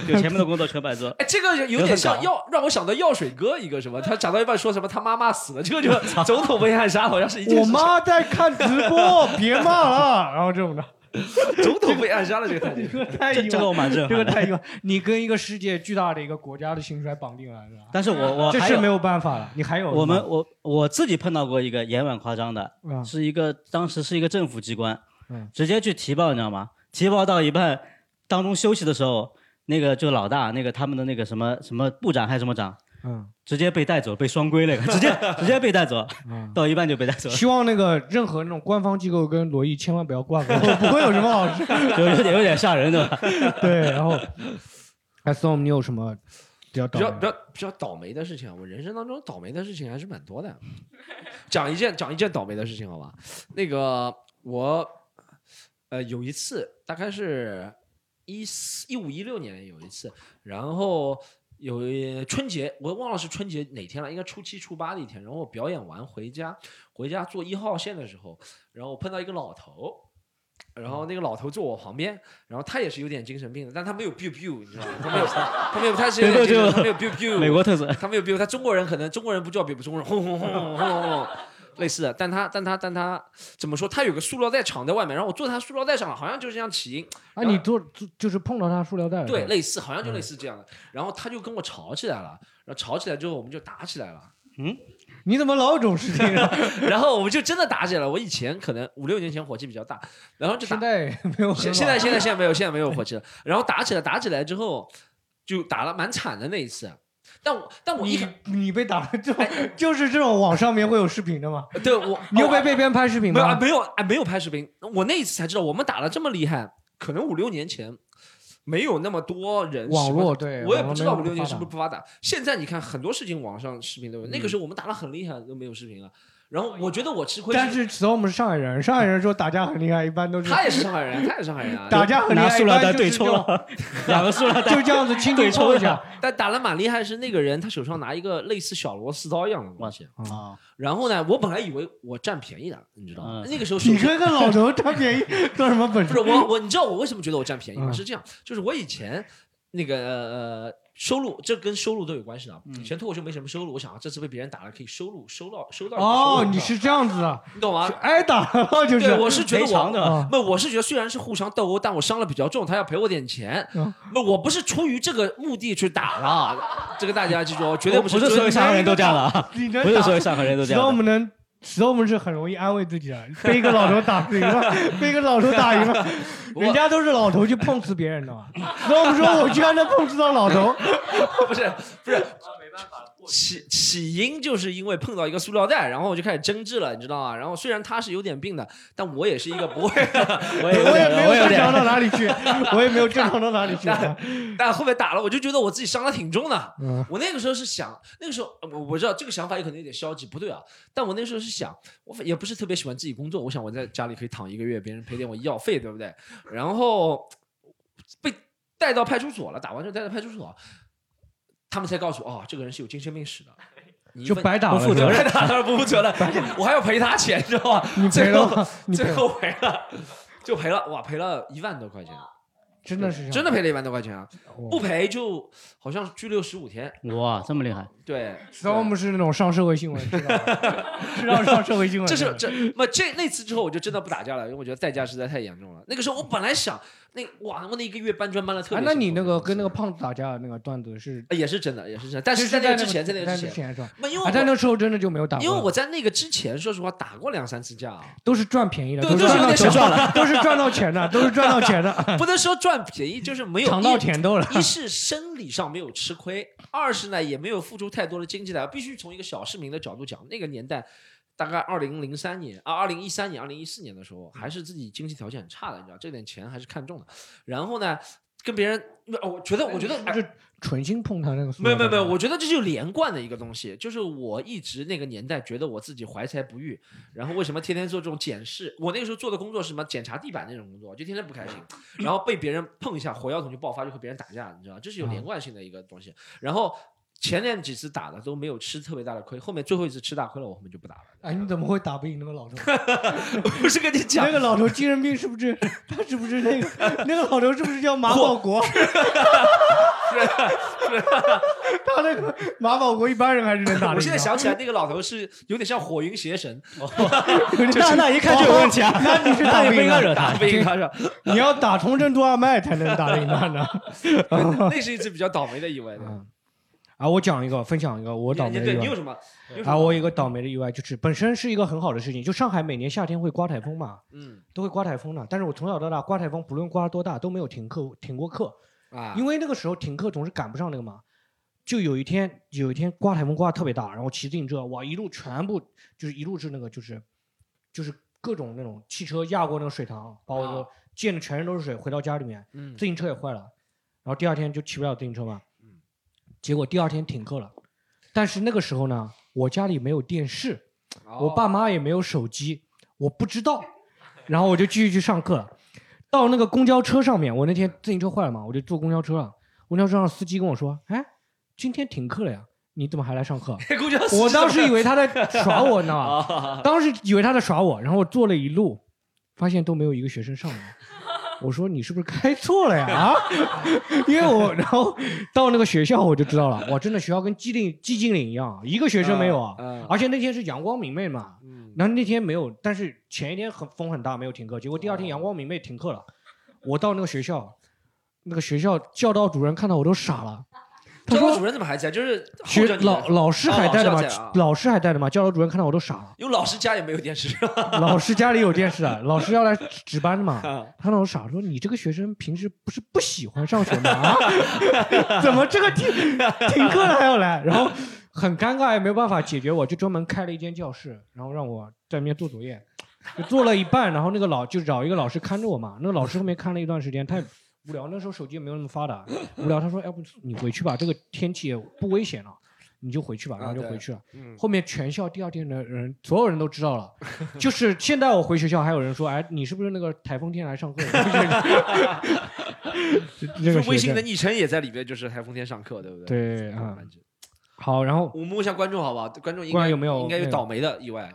C: 就前面的工作全白做。
D: 哎，这个有点像药，让我想到药水哥一个什么，他讲到一半说什么他妈妈死了，这个 就总统被暗杀，好像是一件事
B: 我
D: 情。
B: 妈在看直 播，别骂了，然后这种的。
D: 总统被暗杀了，这个太厉害了
B: 太意外，
C: 这个我蛮震撼
B: 这
C: 的
B: 个太意外。你跟一个世界巨大的一个国家的兴衰绑定来了，
C: 但是我我
B: 这
C: 还
B: 是
C: 有
B: 没有办法了。你还有
C: 我
B: 是吗
C: 们我我自己碰到过一个也蛮夸张的
B: 嗯，
C: 是一个当时是一个政府机关
B: 嗯，
C: 直接去提报，你知道吗？提报到一半，当中休息的时候，那个就老大那个他们的那个什么什么部长还是什么长，
B: 嗯，
C: 直接被带走，被双规了，直接直接被带 走，
B: 嗯
C: 到一半就被带走了。
B: 希望那个任何那种官方机构跟罗毅千万不 要挂钩，不会有什么好事。
C: 有有点有点吓人，对吧？
B: 啊 对，然后，哎，Storm，你有什么比较
D: 比
B: 倒霉
D: 较比较比较倒霉的事情啊，我人生当中倒霉的事情还是蛮多的。讲一件讲一件倒霉的事情好吧？那个我呃有一次大概是一四一五一六年有一次，然后有一春节我忘了是春节哪天了，应该初七初八的一天，然后我表演完回家，回家坐一号线的时候，然后我碰到一个老头。然后那个老头坐我旁边，然后他也是有点精神病的，但他没有 biu biu，你知道吗？他没 有，他没有，他是有点精神病，他没有 biu biu。
C: 美国特色
D: 他没有 biu，他中国人可能中国人不叫 biu，中国人轰轰轰轰轰轰轰，类似的。但他但他但他怎么说？他有个塑料袋敞在外面，然后我坐他塑料袋上了，好像就是这样起因。
B: 啊，你做做就是碰到他
C: 哎
B: 塑料袋了，
D: 对，类
B: 似
D: 似，好像就类似这样的。然后他就跟我吵起来了，然后吵起来之后我们就打起来了。
C: 嗯，
B: 你怎么老有这种事情啊？
D: 然后我们就真的打起来了。我以前可能五六年前火气比较大，然后就现
B: 在没有
D: 现
B: 很
D: 现在
B: 好
D: 现在现在没有，现在没有火气了。然后打起来，打起来之后就打了蛮惨的那一次。啊但我但我一哎
B: 你你被打了这种，就是这种网上面会有视频的吗？
D: 对我，
B: 你又被被别人拍视频
D: 没有啊
B: 吗？
D: 没有啊没有拍视频，我那一次才知道我们打的这么厉害，可能五六年前。没有那么多人
B: 网
D: 什么
B: 络对
D: 我也
B: 网
D: 不
B: 络
D: 知
B: 没
D: 道
B: 有
D: 五六年
B: 发达嗯
D: 是不是不发达。现在你看很多事情网上视频都有，那个时候我们打的很厉害都没有视频了。然后我觉得我吃亏，
B: 但是 storm 是上海人，上海人说打架很厉害，一般都是
D: 他也是上海人，他也是上海人啊，
B: 打架很厉害，一般就是这种，
C: 啊 两个塑料袋啊
B: 就这样子轻轻抽一下。
D: 但打得蛮厉害，是那个人他手上拿一个类似小螺丝刀一样的东西。
C: 啊，嗯
D: 然后呢，我本来以为我占便宜了，你知道吗？那个时候手
B: 嗯你跟个老头占便宜，做什么本
D: 不
B: 事？
D: 是我，我你知道我为什么觉得我占便宜吗？
B: 嗯
D: 是这样，就是我以前那个呃收入，这跟收入都有关系的啊。
B: 嗯
D: 以前脱口秀没什么收入，我想啊，这次被别人打了，可以收入收到收到一点收入
B: 哦，
D: 知
B: 你
D: 道吧
B: 是这样子的，
D: 你懂吗？
B: 挨打了啊就是。
D: 对，我是觉得我
B: 啊
D: 不，我是觉得虽然是互相斗殴，但我伤了比较重，他要赔我点钱。不，我不是出于这个目的去打的啊，这个大家记住，哦，绝对
C: 不是所有上海人都这样的啊，
B: 你 能
C: 不是
B: 打
C: 所有上海人都这样的。
B: storm 能 storm 是很容易安慰自己的，被一个老头打赢了， 被一个老头打赢了，人家都是老头去碰瓷别人的嘛。storm 说我居然能碰瓷到老头，
D: 不是不是，起起因就是因为碰到一个塑料袋，然后我就开始争执了，你知道吗？然后虽然他是有点病的，但我也是一个不会， 我
B: 也我也没有正常到哪里去，我也没有正常到哪里去。啊
D: 但后面打了，我就觉得我自己伤的挺重的。
B: 嗯
D: 我那个时候是想，那个时候呃我我知道这个想法有可能有点消极，不对啊。但我那时候是想，我也不是特别喜欢自己工作，我想我在家里可以躺一个月，别人赔点我医药费，对不对？然后被带到派出所了，打完之后带到派出所，他们才告诉我，哦，这个人是有精神病史的。你一
B: 就
D: 分
B: 白打了
D: 不负责
B: 是
D: 任，
B: 吧
D: 白打了不负责任，我还要赔他钱，知道吧？
B: 你赔
D: 最
B: 了
D: 后
B: 吗你赔
D: 最
B: 了
D: 后赔了，就赔了，哇，赔了一万多块钱，
B: 真的是
D: 真的赔了一万多块钱啊！
B: 哦
D: 不赔就好像拘留十五天，
C: 哇，这么厉害！
D: 对，
B: ，Storm 是那种上社会新闻，知道吧知道上社会新闻，
D: 这是这那这那次之后我就真的不打架了，因为我觉得代价实在太严重了。那个时候我本来想，那哇，我那一个月搬砖搬的 特
B: 啊
D: 别，辛苦、
B: 那你那个跟那个胖子打架那个段子是
D: 啊也是真的，也是真的，但
B: 就是是
D: 在那
B: 在
D: 个
B: 那
D: 之
B: 个
D: 前，在那
B: 在
D: 个
B: 那
D: 之
B: 之前
D: 前
B: 是吧，
D: 没因为
B: 啊，在那时候真的就没有打过，
D: 因为我在那个之前，说实话打过两三次 架、啊，
B: 都是赚便宜的，
D: 对
B: 都
D: 都是
B: 赚
D: 有
B: 到
D: 点小赚了
B: 都是赚到钱的，都是赚到钱的。
D: 不能说赚便宜，就是没有
B: 尝到
D: 一
B: 甜头了
D: 一是生理上没有吃亏，二是呢也没有付出太多的经济代价。必须从一个小市民的角度讲，那个年代。大概二零零三年啊，二零一三年、二零一四年的时候，还是自己经济条件很差的，你知道，这点钱还是看重的。然后呢，跟别人，哦我觉得，我觉得，哎
B: 就纯心碰他那个塑
D: 没
B: 料
D: 有
B: 袋，
D: 没有没有，我觉得这就是连贯的一个东西，就是我一直那个年代觉得我自己怀才不遇，然后为什么天天做这种检视？我那个时候做的工作是什么？检查地板那种工作，就天天不 开心，然后被别人碰一下，火药桶就爆发，就和别人打架，你知道吗，这
B: 嗯
D: 是有连贯性的一个东西。然后前面几次打的都没有吃特别大的亏，后面最后一次吃大亏了，我后面就不打了。
B: 哎，你怎么会打不赢那个 老头？
D: 不是跟你讲
B: 那个老头精神病是不是？他是不是那个那个老头是不是叫马保 国？
D: 啊
B: 他那个马保国一般人还是能打的。
D: 我现在
B: 你知道
D: 想
B: 吗
D: 起来，，那个老头是有点像火云邪神，
B: 就是哦那你是打赢啊
D: 不应
B: 他
D: 该惹他，不应 该惹。
B: 你要打重振多少脉才能打赢啊他呢？
D: 那是一次比较倒霉的意外的。
B: 啊，我讲一个，分享一个我倒霉
D: 你
B: 的意外。
D: 对你有什么？你有什
B: 啊，
D: 么
B: 我有一个倒霉的意外，就是本身是一个很好的事情，就上海每年夏天会刮台风嘛，
D: 嗯，
B: 都会刮台风的。但是我从小到大刮台风，不论刮多大都没有停课停过课
D: 啊
B: 因为那个时候停课总是赶不上那个嘛。就有一天，有一天刮台风刮得特别大，然后骑自行车，哇，一路全部就是一路是那个就是就是各种那种汽车压过那个水塘，把我都溅的全身都是水，回到家里面，
D: 啊嗯
B: 自行车也坏了，然后第二天就骑不了自行车嘛，
D: 嗯
B: 结果第二天停课了，但是那个时候呢，我家里没有电视，
D: 哦
B: 我爸妈也没有手机，我不知道，然后我就继续去上课了。到那个公交车上面，我那天自行车坏了嘛，我就坐公交车了。公交车上司机跟我说：“哎，今天停课了呀，你怎么还来上课
D: 公交？”司机
B: 我当时
D: 怎么
B: 以为他在耍我， 你知道
D: 啊
B: 吗？当时以为他在耍我，然后我坐了一路，发现都没有一个学生上 来。我说你是不是开错了呀？ 啊，因为我然后到那个学校我就知道了，哇，真的学校跟寂静寂静岭一样，一个学生没有啊。
D: 嗯
B: 而且那天是阳光明媚嘛，然后那天没有，但是前一天很风很大，没有停课，结
D: 哦
B: 果第二天阳光明媚停课了。我到那个学校，那个学校教导主任看到我都傻了，
D: 教导主任怎么还在？就是候
B: 学
D: 着你
B: 老老师还在的
D: 哦
B: 嘛
D: 老师还在啊，
B: 老师还在的嘛，教导主任看到我都傻了。
D: 因为老师家也没有电视。
B: 老师家里有电视的，老师要来值班的嘛。他那我傻说：“你这个学生平时不是不喜欢上学吗？ 啊， 怎么这个停停课了还要来？”然后很尴尬，也没有办法解决我，就专门开了一间教室，然后让我在里面做作业，就做了一半，然后那个老就找一个老师看着我嘛。那个老师后面看了一段时间，他也无聊，那时候手机也没有那么发达，无聊，他说：“要哎不你回去吧，这个天气也不危险了。”你就回去吧，然后就
D: 对
B: 回去了。
D: 嗯
B: 后面全校第二天的人，所有人都知道了。就是现在我回学校，还有人说：“哎，你是不是那个台风天来上课 的？” 这个
D: 就微信
B: 学
D: 的
B: 生
D: 昵称也在里边，就是台风天上课，对不对？嗯
B: 对啊。好，然后
D: 我们问一下观众好不好？观众应
B: 不
D: 该
B: 然有没有
D: 应该有
B: 那个
D: 倒霉的意外？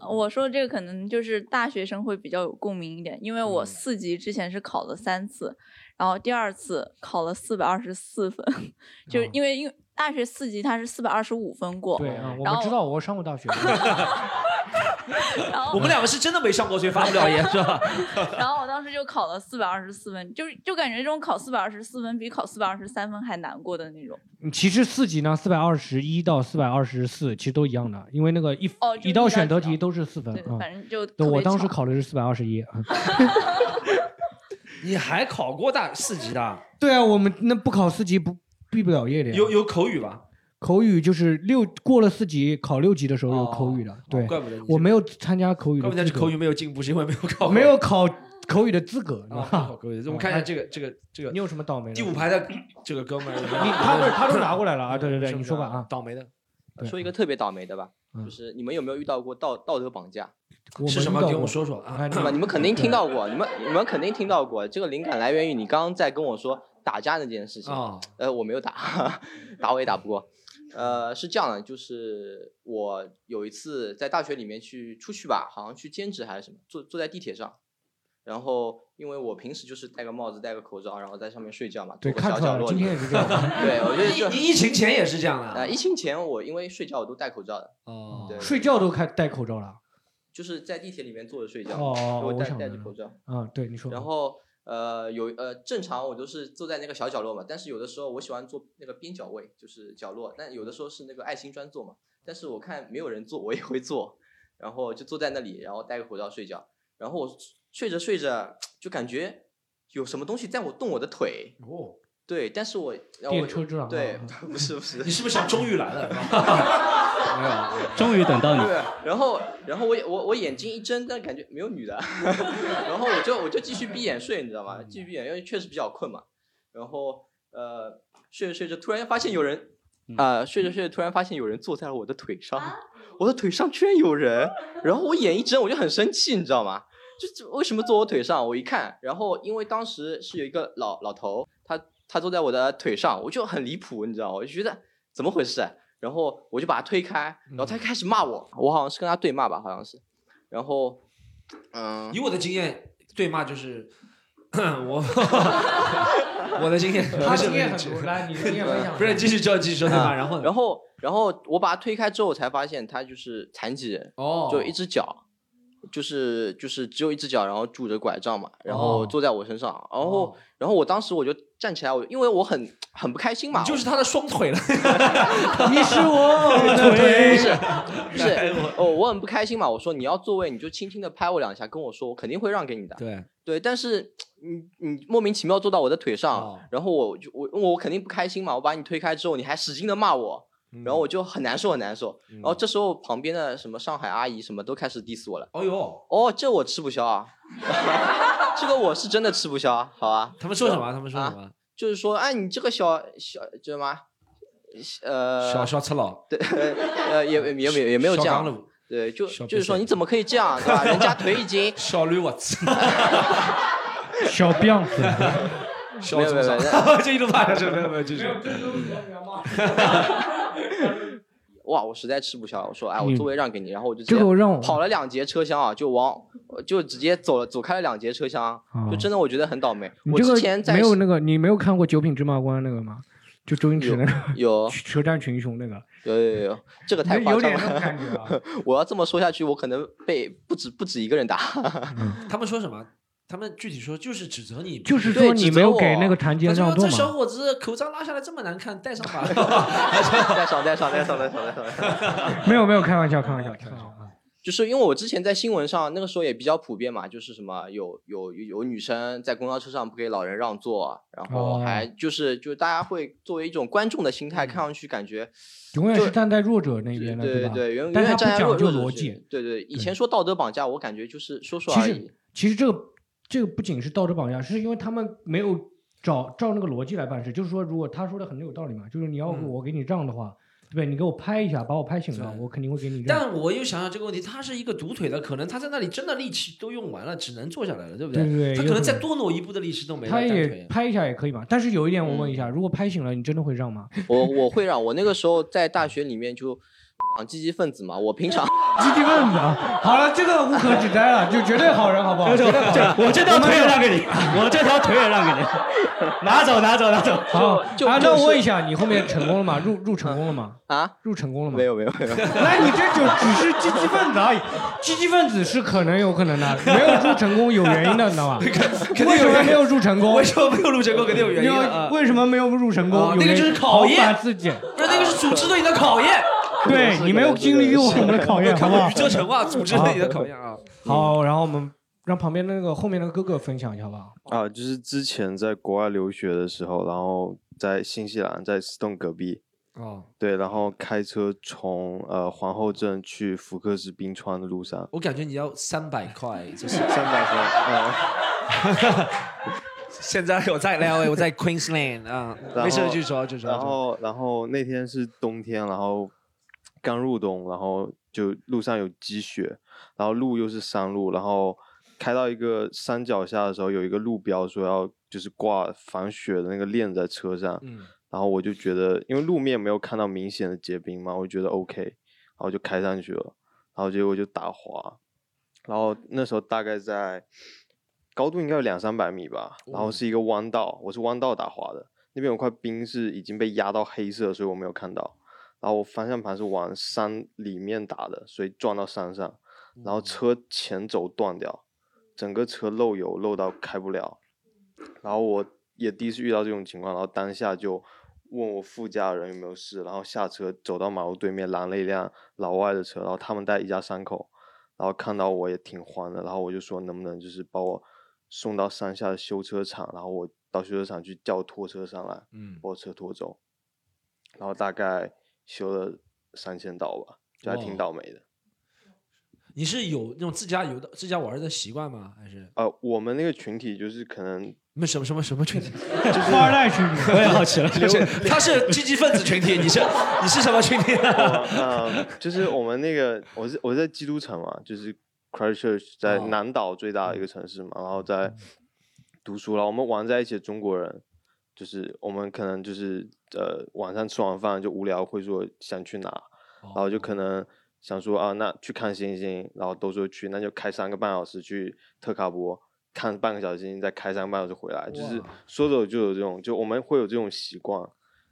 E: 呃我说这个可能就是大学生会比较有共鸣一点，因为
B: 嗯
E: 我四级之前是考了三次，然后第二次考了四百二十四分， 就是因为因为大学四级它是四百二十五分过，
B: 嗯对啊，我
E: 嗯然
B: 们
E: 后
B: 知道，我上过大 学。
D: 我们两个是真的没上过，所以发不了言，是吧？
E: 然后我当时就考了四百二十四分，就是就感觉这种考四百二十四分比考四百二十三分还难过的那种。
B: 其实四级呢，四百二十一到四百二十四其实都一样的，因为那个一
E: 哦就是
B: 一道选择题都是四分
E: 对
B: 啊。
E: 反正就
B: 对，
E: 特别
B: 我当时
E: 巧
B: 考的是四百二十一啊。
D: 你还考过大四级的？
B: 对啊，我们那不考四级不毕不了业的呀。
D: 有有口语吧？
B: 口语就是六过了四级，考六级的时候有口语的。对，
D: 哦怪不得你
B: 我没有参加口语
D: 怪
B: 的
D: 不得
B: 资
D: 你
B: 格，
D: 口语没有进步，是因为没有考过。
B: 没有考口语的资格。你知道吗
D: 啊，没有考口语。我们看一下这个这个这个，
B: 哦你有什么倒霉的
D: 第五排的这个哥们儿，你
B: 你他 都他都拿过来了啊！对对对，你说吧啊，
D: 倒霉的。
L: 说一个特别倒霉的吧，就是你们有没有遇到过道道德绑架？
B: 我是没什么遇到给我过
D: 说说啊
B: 哎
L: 对吧？
B: 你
L: 你们肯定听到过，你们你们肯定听到过。这个灵感来源于你刚刚在跟我说打架那件事情，
D: 哦
L: 呃，我没有打， 打我也打不过。呃，是这样的，就是我有一次在大学里面去出去吧，好像去兼职还是什么，坐坐在地铁上，然后因为我平时就是戴个帽子、戴个口罩，然后在上面睡觉嘛，
B: 对
L: 躲个小
B: 看出来
L: 角
B: 了
L: 落
B: 今
L: 里
B: 天
L: 面。
B: 也是这样
L: 对，我觉得就
D: 你你疫情前也是这样的啊
L: 呃，疫情前我因为睡觉我都戴口罩的。
D: 哦
L: 对，
B: 睡觉都开戴口罩了。啊
L: 就是在地铁里面坐着睡觉，
B: 哦哦
L: 所以
B: 我
L: 我戴
B: 想
L: 戴着
B: 明白
L: 口罩。
B: 嗯，对，你说。
L: 然后呃有呃正常我都是坐在那个小角落嘛，但是有的时候我喜欢坐那个边角位，就是角落，但有的时候是那个爱心专座嘛，但是我看没有人坐，我也会坐，然后就坐在那里，然后戴个口罩睡觉，然后我睡着睡着就感觉有什么东西在我动我的腿。
B: 哦。
L: 对，但是我然后
B: 电
L: 我
B: 车之狼啊
L: 对，不是不是，
D: 你是不是想终于 来了？
L: 没 有，
C: 终于等到你
D: 啊
L: 对，然后然后我我我眼睛一睁，但感觉没有女的， 然后我就我就继续闭眼睡，你知道吗？继续闭眼，因为确实比较困嘛。然后呃，睡着睡着，突然发现有人啊、睡着睡着，突然发现有人坐在了我的腿上，我的腿上居然有人，然后我眼一睁，我就很生气，你知道吗？就就为什么坐我腿上？我一看，然后因为当时是有一个老老头，他他坐在我的腿上，我就很离谱，你知道吗？我就觉得怎么回事？然后我就把他推开，然后他开始骂我，我好像是跟他对骂吧，好像是。然后，嗯，
D: 以我的经验，对骂就是 我我的经验，
B: 他经验很多，来，你的经验分享。
D: 不是继续说继续说对吧？
L: 啊
D: 然后呢
L: 然后然后我把他推开之后，才发现他就是残疾人，
D: 哦
L: 就一只脚，就是就是只有一只脚，然后拄着拐杖嘛，然后
D: 哦
L: 坐在我身上，然后、然后我当时我就站起来，我因为我很很不开心嘛，就是
D: 他的双腿了，
B: 你是我的
L: 不
B: 腿
L: 是不是哦，我很不开心嘛，我说你要座位，你就轻轻的拍我两下，跟我说我肯定会让给你的，
D: 对。
L: 对，但是你你莫名其妙坐到我的腿上，
D: 哦
L: 然后我就我我肯定不开心嘛，我把你推开之后，你还使劲的骂我，
D: 嗯
L: 然后我就很难受很难受。然后这时候旁边的什么上海阿姨什么都开始 diss 我了。
D: 哦呦，
L: 哦，这我吃不消啊， 这个我是真的吃不消啊，好啊。
D: 他们说什么？他们说什么？啊
L: 就是说，哎，你这个小小叫什么？呃，
D: 小小赤佬，
L: 对，呃，也也也没有也没有这
D: 小刚
L: 样
D: 路，
L: 对，就
D: 小
L: 就是说你怎么可以这样，对吧？人家腿已经
D: 小驴我操，
B: 小辫子，嗯
D: 小
L: 没有没有
D: 猪
L: 没
D: 上，
L: 有
D: 这一路骂下去，没有没有继续。
L: 哇，我实在吃不消了，我说哎，我
B: 嗯
L: 座位让给你，然后我就直
B: 这
L: 接
B: 个我让我
L: 跑了两节车厢啊，就往就直接走了走开了两节车厢，啊就真的我觉得很倒霉。
B: 啊你
L: 我
B: 这
L: 之
B: 个
L: 前在
B: 没有那个，你没有看过《九品芝麻官》那个吗？就周星驰那个
L: 有
B: 舌战群雄那个。
L: 有有有有，这个太
B: 有
L: 夸张
B: 点那种感
L: 了。
D: 啊
L: 我要这么说下去，我可能被不止不止一个人打。
D: 他们说什么？他们具体说就是指责你，
B: 就是说你 没有给那个
D: 弹
B: 谭杰让
D: 这
B: 座
D: 小
B: 嘛？
D: 伙子口罩拉下来这么难看，戴上 吧。
L: 戴上戴上戴上戴上戴上戴 上。
B: 没有没有，开玩笑开玩笑开玩笑。
L: 就是因为我之前在新闻上那个时候也比较普遍嘛，就是什么有有有有女生在公交车上不给老人让座，然后
B: 哦
L: 还就是就是大家会作为一种观众的心态看上去感觉，
B: 永远是站在弱者那边的，
L: 对对
B: 吧？
L: 对，永永
B: 但
L: 远
B: 他
L: 站
B: 不
L: 在弱
B: 讲究
L: 弱者
B: 逻
L: 是
B: 辑。
L: 对对，以前说道德绑架，我感觉就是说说
B: 其
L: 而已
B: 实，其实这个这个不仅是道德绑架，是因为他们没有找照那个逻辑来办事。就是说，如果他说的很有道理嘛，就是你要
D: 嗯
B: 我给你让的话，对不对？你给我拍一下，把我拍醒了，我肯定会给你让。
D: 但我又想想这个问题，他是一个独腿的，可能他在那里真的力气都用完了，只能坐下来了，对不
B: 对对对有
D: 他可
B: 可
D: 能再
B: 能
D: 多挪一步的力气都没了。
B: 他
D: 单
B: 也
D: 腿
B: 拍一下也可以嘛。但是有一点我问
L: 嗯
B: 一下，如果拍醒了，你真的会让吗？
L: 我我会让我那个时候在大学里面就积极分子嘛，我平常。
B: 积极分子啊！好了，这个无可指摘了，就绝对好人，好不好？绝对好人
C: 我这条腿也让给你，我这条腿也让 给你，拿走拿走拿走。
B: 好
C: 就
B: 啊，
C: 就
B: 那
C: 是
B: 我问一下，你后面成功了吗？入入成功了吗？
L: 啊，
B: 入成功了吗？
L: 没有没有没有。
B: 那你这就只是积极分子而已，积极分子是可能有可能的，没有入成功有原因的，你知道吧？
D: 肯
B: 为
D: 定
B: 什
D: 有
B: 么
D: 原因
B: 没有入成功？
D: 为什么没有入成功肯定有原因的
B: 因为
D: 啊
B: 为什么没有入成功？
D: 啊
B: 有
D: 那个
B: 原因
D: 就是考验
B: 好反自己。，
D: 不是那个是组织对你的考验
B: 对你没有经历过我们的考验，好
D: 看
B: 不
D: 过
B: 好？
D: 余则成啊，组织对你的考验 啊。
B: 好，然后我们让旁边那个后面那个哥哥分享一下吧。
G: 啊，就是之前在国外留学的时候，然后在新西兰，在斯顿隔壁，
D: 哦，
G: 对，然后开车从呃皇后镇去福克斯冰川的路上，
D: 我感觉你要三百块，就是
G: 三百块。
D: 现在我在 LA，我在 Queensland 啊，
G: 然
D: 没事
G: 后
D: 就说就说。
G: 然后然后那天是冬天，然后刚入冬，然后就路上有积雪，然后路又是山路，然后开到一个山脚下的时候，有一个路标说要就是挂防雪的那个链子在车上，
D: 嗯
G: 然后我就觉得，因为路面没有看到明显的结冰嘛，我就觉得 OK，然后就开上去了，然后结果就打滑，然后那时候大概在高度应该有两三百米吧，然后是一个弯道，我是弯道打滑的，那边有块冰是已经被压到黑色，所以我没有看到，然后我方向盘是往山里面打的，所以撞到山上，然后车前轴断掉，整个车漏油漏到开不了，然后我也第一次遇到这种情况，然后当下就问我副驾的人有没有事，然后下车走到马路对面拦了一辆老外的车，然后他们在一家三口，然后看到我也挺慌的，然后我就说能不能就是把我送到山下的修车厂，然后我到修车厂去叫拖车上来，
D: 嗯
G: 把我车拖走，然后大概修了三千刀吧，就还挺
D: 哇
G: 倒霉的。
D: 你是有那种自驾游的自驾玩儿的习惯吗？还是
G: 呃，我们那个群体就是可能
D: 你们什么什么什么群体？
B: 富二代群 体
G: 我也好奇了
D: 是他是积极分子群体，你是 你是什么群体？
G: 呃，就是我们那个，我是我在基督城嘛，就是 Christchurch 在
B: 哦
G: 南岛最大的一
B: 嗯
G: 个城市嘛，然后在读书，然后我们玩在一起的中国人，就是我们可能就是呃晚上吃完饭就无聊，会说想去哪，然后就
B: 哦
G: 可能想说啊，那去看星星，然后都说去，那就开三个半小时去特卡波。看半个小时星星，再开三个半小时回来，就是
B: 哇
G: 说走就有这种，就我们会有这种习惯，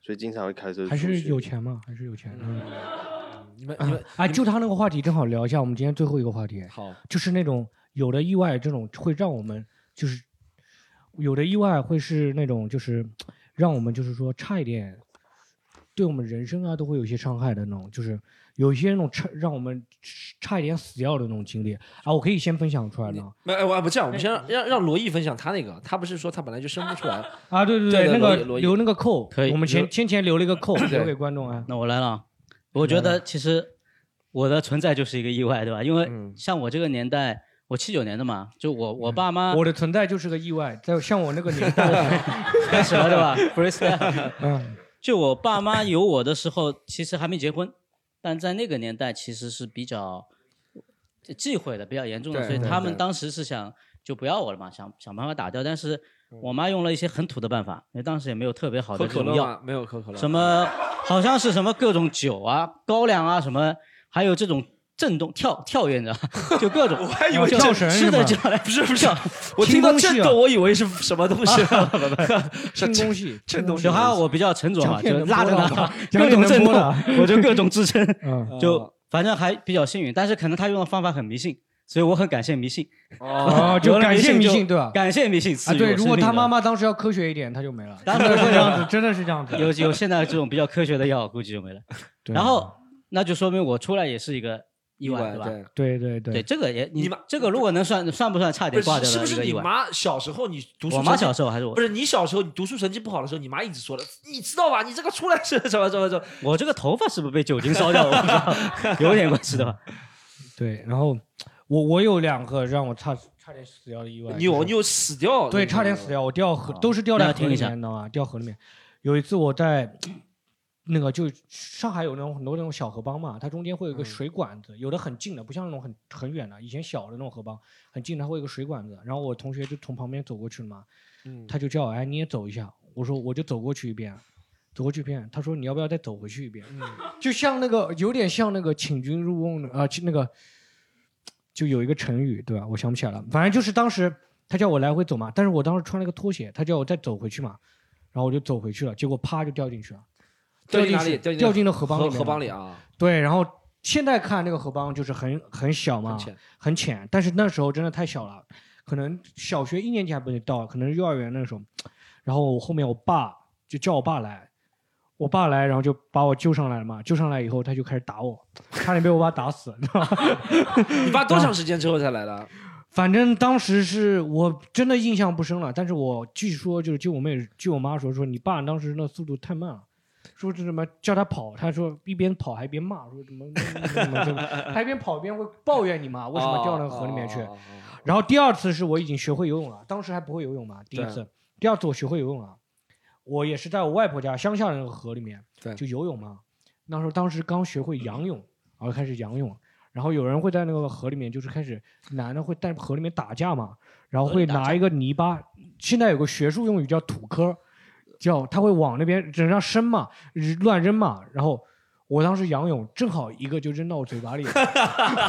G: 所以经常会开车出去。
B: 还是有钱嘛，还是有钱。嗯
D: 你们
B: 啊啊，就他那个话题正好聊一下，我们今天最后一个话题。
D: 好，
B: 就是那种有的意外，这种会让我们就是有的意外会是那种就是让我们就是说差一点，对我们人生啊都会有一些伤害的那种，就是有一些那种差让我们差一点死掉的那种经历啊，我可以先分享出来呢。
D: 没，哎我不这样，我们先让让让罗毅分享他那个，他不是说他本来就生不出来
B: 啊，对
D: 对
B: 对，那
D: 罗
B: 个
D: 毅罗毅
B: 留那个扣，
C: 可以
B: 我们前
C: 留
B: 先前留了一个扣
C: 对
B: 留给观众啊。
C: 那我来了，我觉得其实我的存在就是一个意外，对吧？因为
B: 嗯
C: 像我这个年代，我七九年的嘛，就我我爸妈
B: 我的存在就是个意外，在像我那个年 代
C: 开始了，对 吧？freestyle，
B: 嗯，
C: 就我爸妈有我的时候，其实还没结婚，但在那个年代其实是比较忌讳的，比较严重的，
L: 对
C: 所以
L: 对
C: 他
L: 对
C: 们当时是想就不要我了嘛，想想办法打掉，但是我妈用了一些很土的办法，因为当时也没有特别好的
D: 喝
C: 这
D: 可
C: 种
D: 乐
C: 药
D: 吗，？没有喝可乐，
C: 什么好像是什么各种酒啊、高粱啊什么，还有这种震动跳跳跃，你知道吗？ 就 各种。我还
D: 以
B: 哦
D: 为跳绳
C: 吃的
D: 哎是
C: 就
D: 吗
C: 来，
D: 不是不是 我听到震
B: 啊
D: 动，我以为是什么东西，啊
C: 震
B: 东西，
D: 震动
C: 就还好我比较沉着 嘛，
D: 讲点
C: 就
D: 能
C: 拉着
D: 播的
C: 他
D: 吧讲
C: 各
D: 点
C: 种
D: 能
C: 震
D: 播
C: 动
D: 的，哦
C: 我就 各种支撑，
B: 嗯
C: 就反正还比较幸运，但是可能他用的方法很迷信。所以我很感谢迷信，
B: 哦 就
C: 有了
B: 感谢迷
C: 就
B: 信对吧
C: 感谢迷信
B: 啊，
C: 赐予我
B: 对，
C: 生
B: 如果
C: 命
B: 他
C: 的
B: 妈妈当时要科学一点，他就没了。
C: 当时
B: 真的是
C: 会
B: 这 样子
C: 让，
B: 真的是这样子。
C: 有有现在这种比较科学的药，估计 就没了。
B: 对
C: 然后那就说明我出来也是一个意
D: 啊意
C: 外，
D: 外
C: 对吧？
B: 对对对
C: 对，这个也
D: 你
C: 你
D: 妈
C: 这个如果能算算不算差
D: 不
C: 点
D: 是
C: 挂掉
D: 是
C: 的
D: 不
C: 一
D: 是
C: 个
D: 你
C: 意外？
D: 妈小时候你读书
C: 我妈
D: 成绩
C: 小时候还是我
D: 不是你小时候你读书成绩不好的时候，你妈一直说了，你知道吧？你这个出来是什么什么什 么？
C: 我这个头发是不是被酒精烧掉？我 不知 道，有点关系的吧？
B: 对，然后我我有两个让我差差点死掉的意外，
D: 你有
B: 就是
D: 你有死掉？
B: 对，差点死掉，我掉
C: 啊
B: 河都是掉
D: 那
B: 在河
D: 听
B: 里
D: 一下
B: 面，你知道吗？掉河里面。有一次我在那个就上海有那种很多那种小河浜嘛，它中间会有一
C: 嗯
B: 个水管子，有的很近的，不像那种很很远的。以前小的那种河浜很近，它会有一个水管子。然后我同学就从旁边走过去了嘛，
D: 嗯
B: 他就叫我哎你也走一下，我说我就走过去一遍，啊走过去一遍，他说你要不要再走回去一遍？
D: 嗯
B: 就像那个有点像那个请君入瓮的啊、去那个就有一个成语对吧？我想不起来了，反正就是当时他叫我来回走嘛，但是我当时穿了个拖鞋，他叫我再走回去嘛，然后我就走回去了，结果啪就掉进去了，
D: 掉进
B: 进
D: 哪里？
B: 去
D: 进
B: 掉进了河浜里面
D: 河浜
B: 了
D: 里 啊！
B: 对，然后现在看那个河浜就是很很小嘛，
D: 很
B: 很
D: 浅
B: 浅但是那时候真的太小了，可能小学一年级还不能到，可能是幼儿园那时候。然后我后面我爸就叫我爸来，我爸来，然后就把我救上来了嘛。救上来以后，他就开始打我，差点被我爸打死，你知道吗？
D: 你爸多长时间之后才来的？
B: 反正当时是我真的印象不深了，但是我据说就是据我妹据我妈说说你爸当时那速度太慢了，说是什么叫他跑，他说一边跑还一边骂，说什么什么什么什么，他一边跑一边会
D: 哎
B: 抱怨你
D: 哦
B: 妈啊为什么掉那个河里面去。然后第二次是我已经学会游泳了，当时还不会游泳嘛，第一
D: 对
B: 次。第二次我学会游泳了，我也是在我外婆家乡下的那个河里面
D: 对
B: 就游泳嘛，那时候当时刚学会仰泳，然后开始仰泳，然后有人会在那个河里面，就是开始男的会在河里面打架嘛，然后
C: 河
B: 会
C: 里打
B: 拿
C: 架
B: 一个泥巴，现在有个学术用语叫土坑，叫他会往那边往上伸嘛，乱扔嘛，然后。我当时仰泳，正好一个就扔到我嘴巴里了，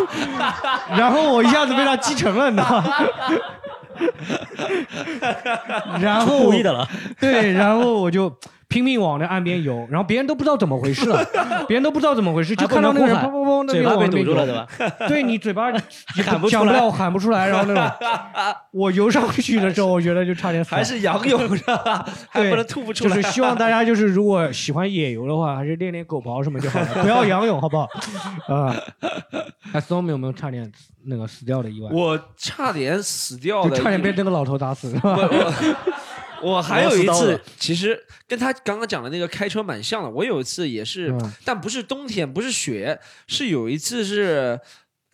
B: 然后我一下子被他击沉了，你知道吗？ 然后
C: 故意的了，
B: 对，然后我就拼命往那岸边游，然后别人都不知道怎么回事了，别人都不知道怎么回事，
C: 还
B: 就
C: 不
B: 看到那
C: 能
B: 个人
C: 呼喊
B: 砰砰砰那
C: 嘴
B: 边
C: 巴
B: 往
C: 被
B: 那边
C: 堵
B: 游
C: 住了对吧？
B: 对你嘴巴 也
C: 喊不
B: 讲
C: 出来
B: 了，喊不出来，然后那种，我游上去的时候，我觉得就差 点死了，
D: 还是仰泳是吧？ 还
B: 对
D: 不能吐不出来。
B: 就是希望大家就是如果喜欢野游的话，还是练练狗刨什么就好了，不要仰泳，好不好？ 啊，那 Storm 有没有差点那个死掉的意外？
D: 我差点死掉
B: 就
D: 的，
B: 差点被那个老头打死，是吧？
D: 我还有
B: 我死
D: 一
B: 到
D: 次
B: 了，
D: 其实跟他刚刚讲的那个开车蛮像的。我有一次也是，
B: 嗯
D: 但不是冬天，不是雪，是有一次是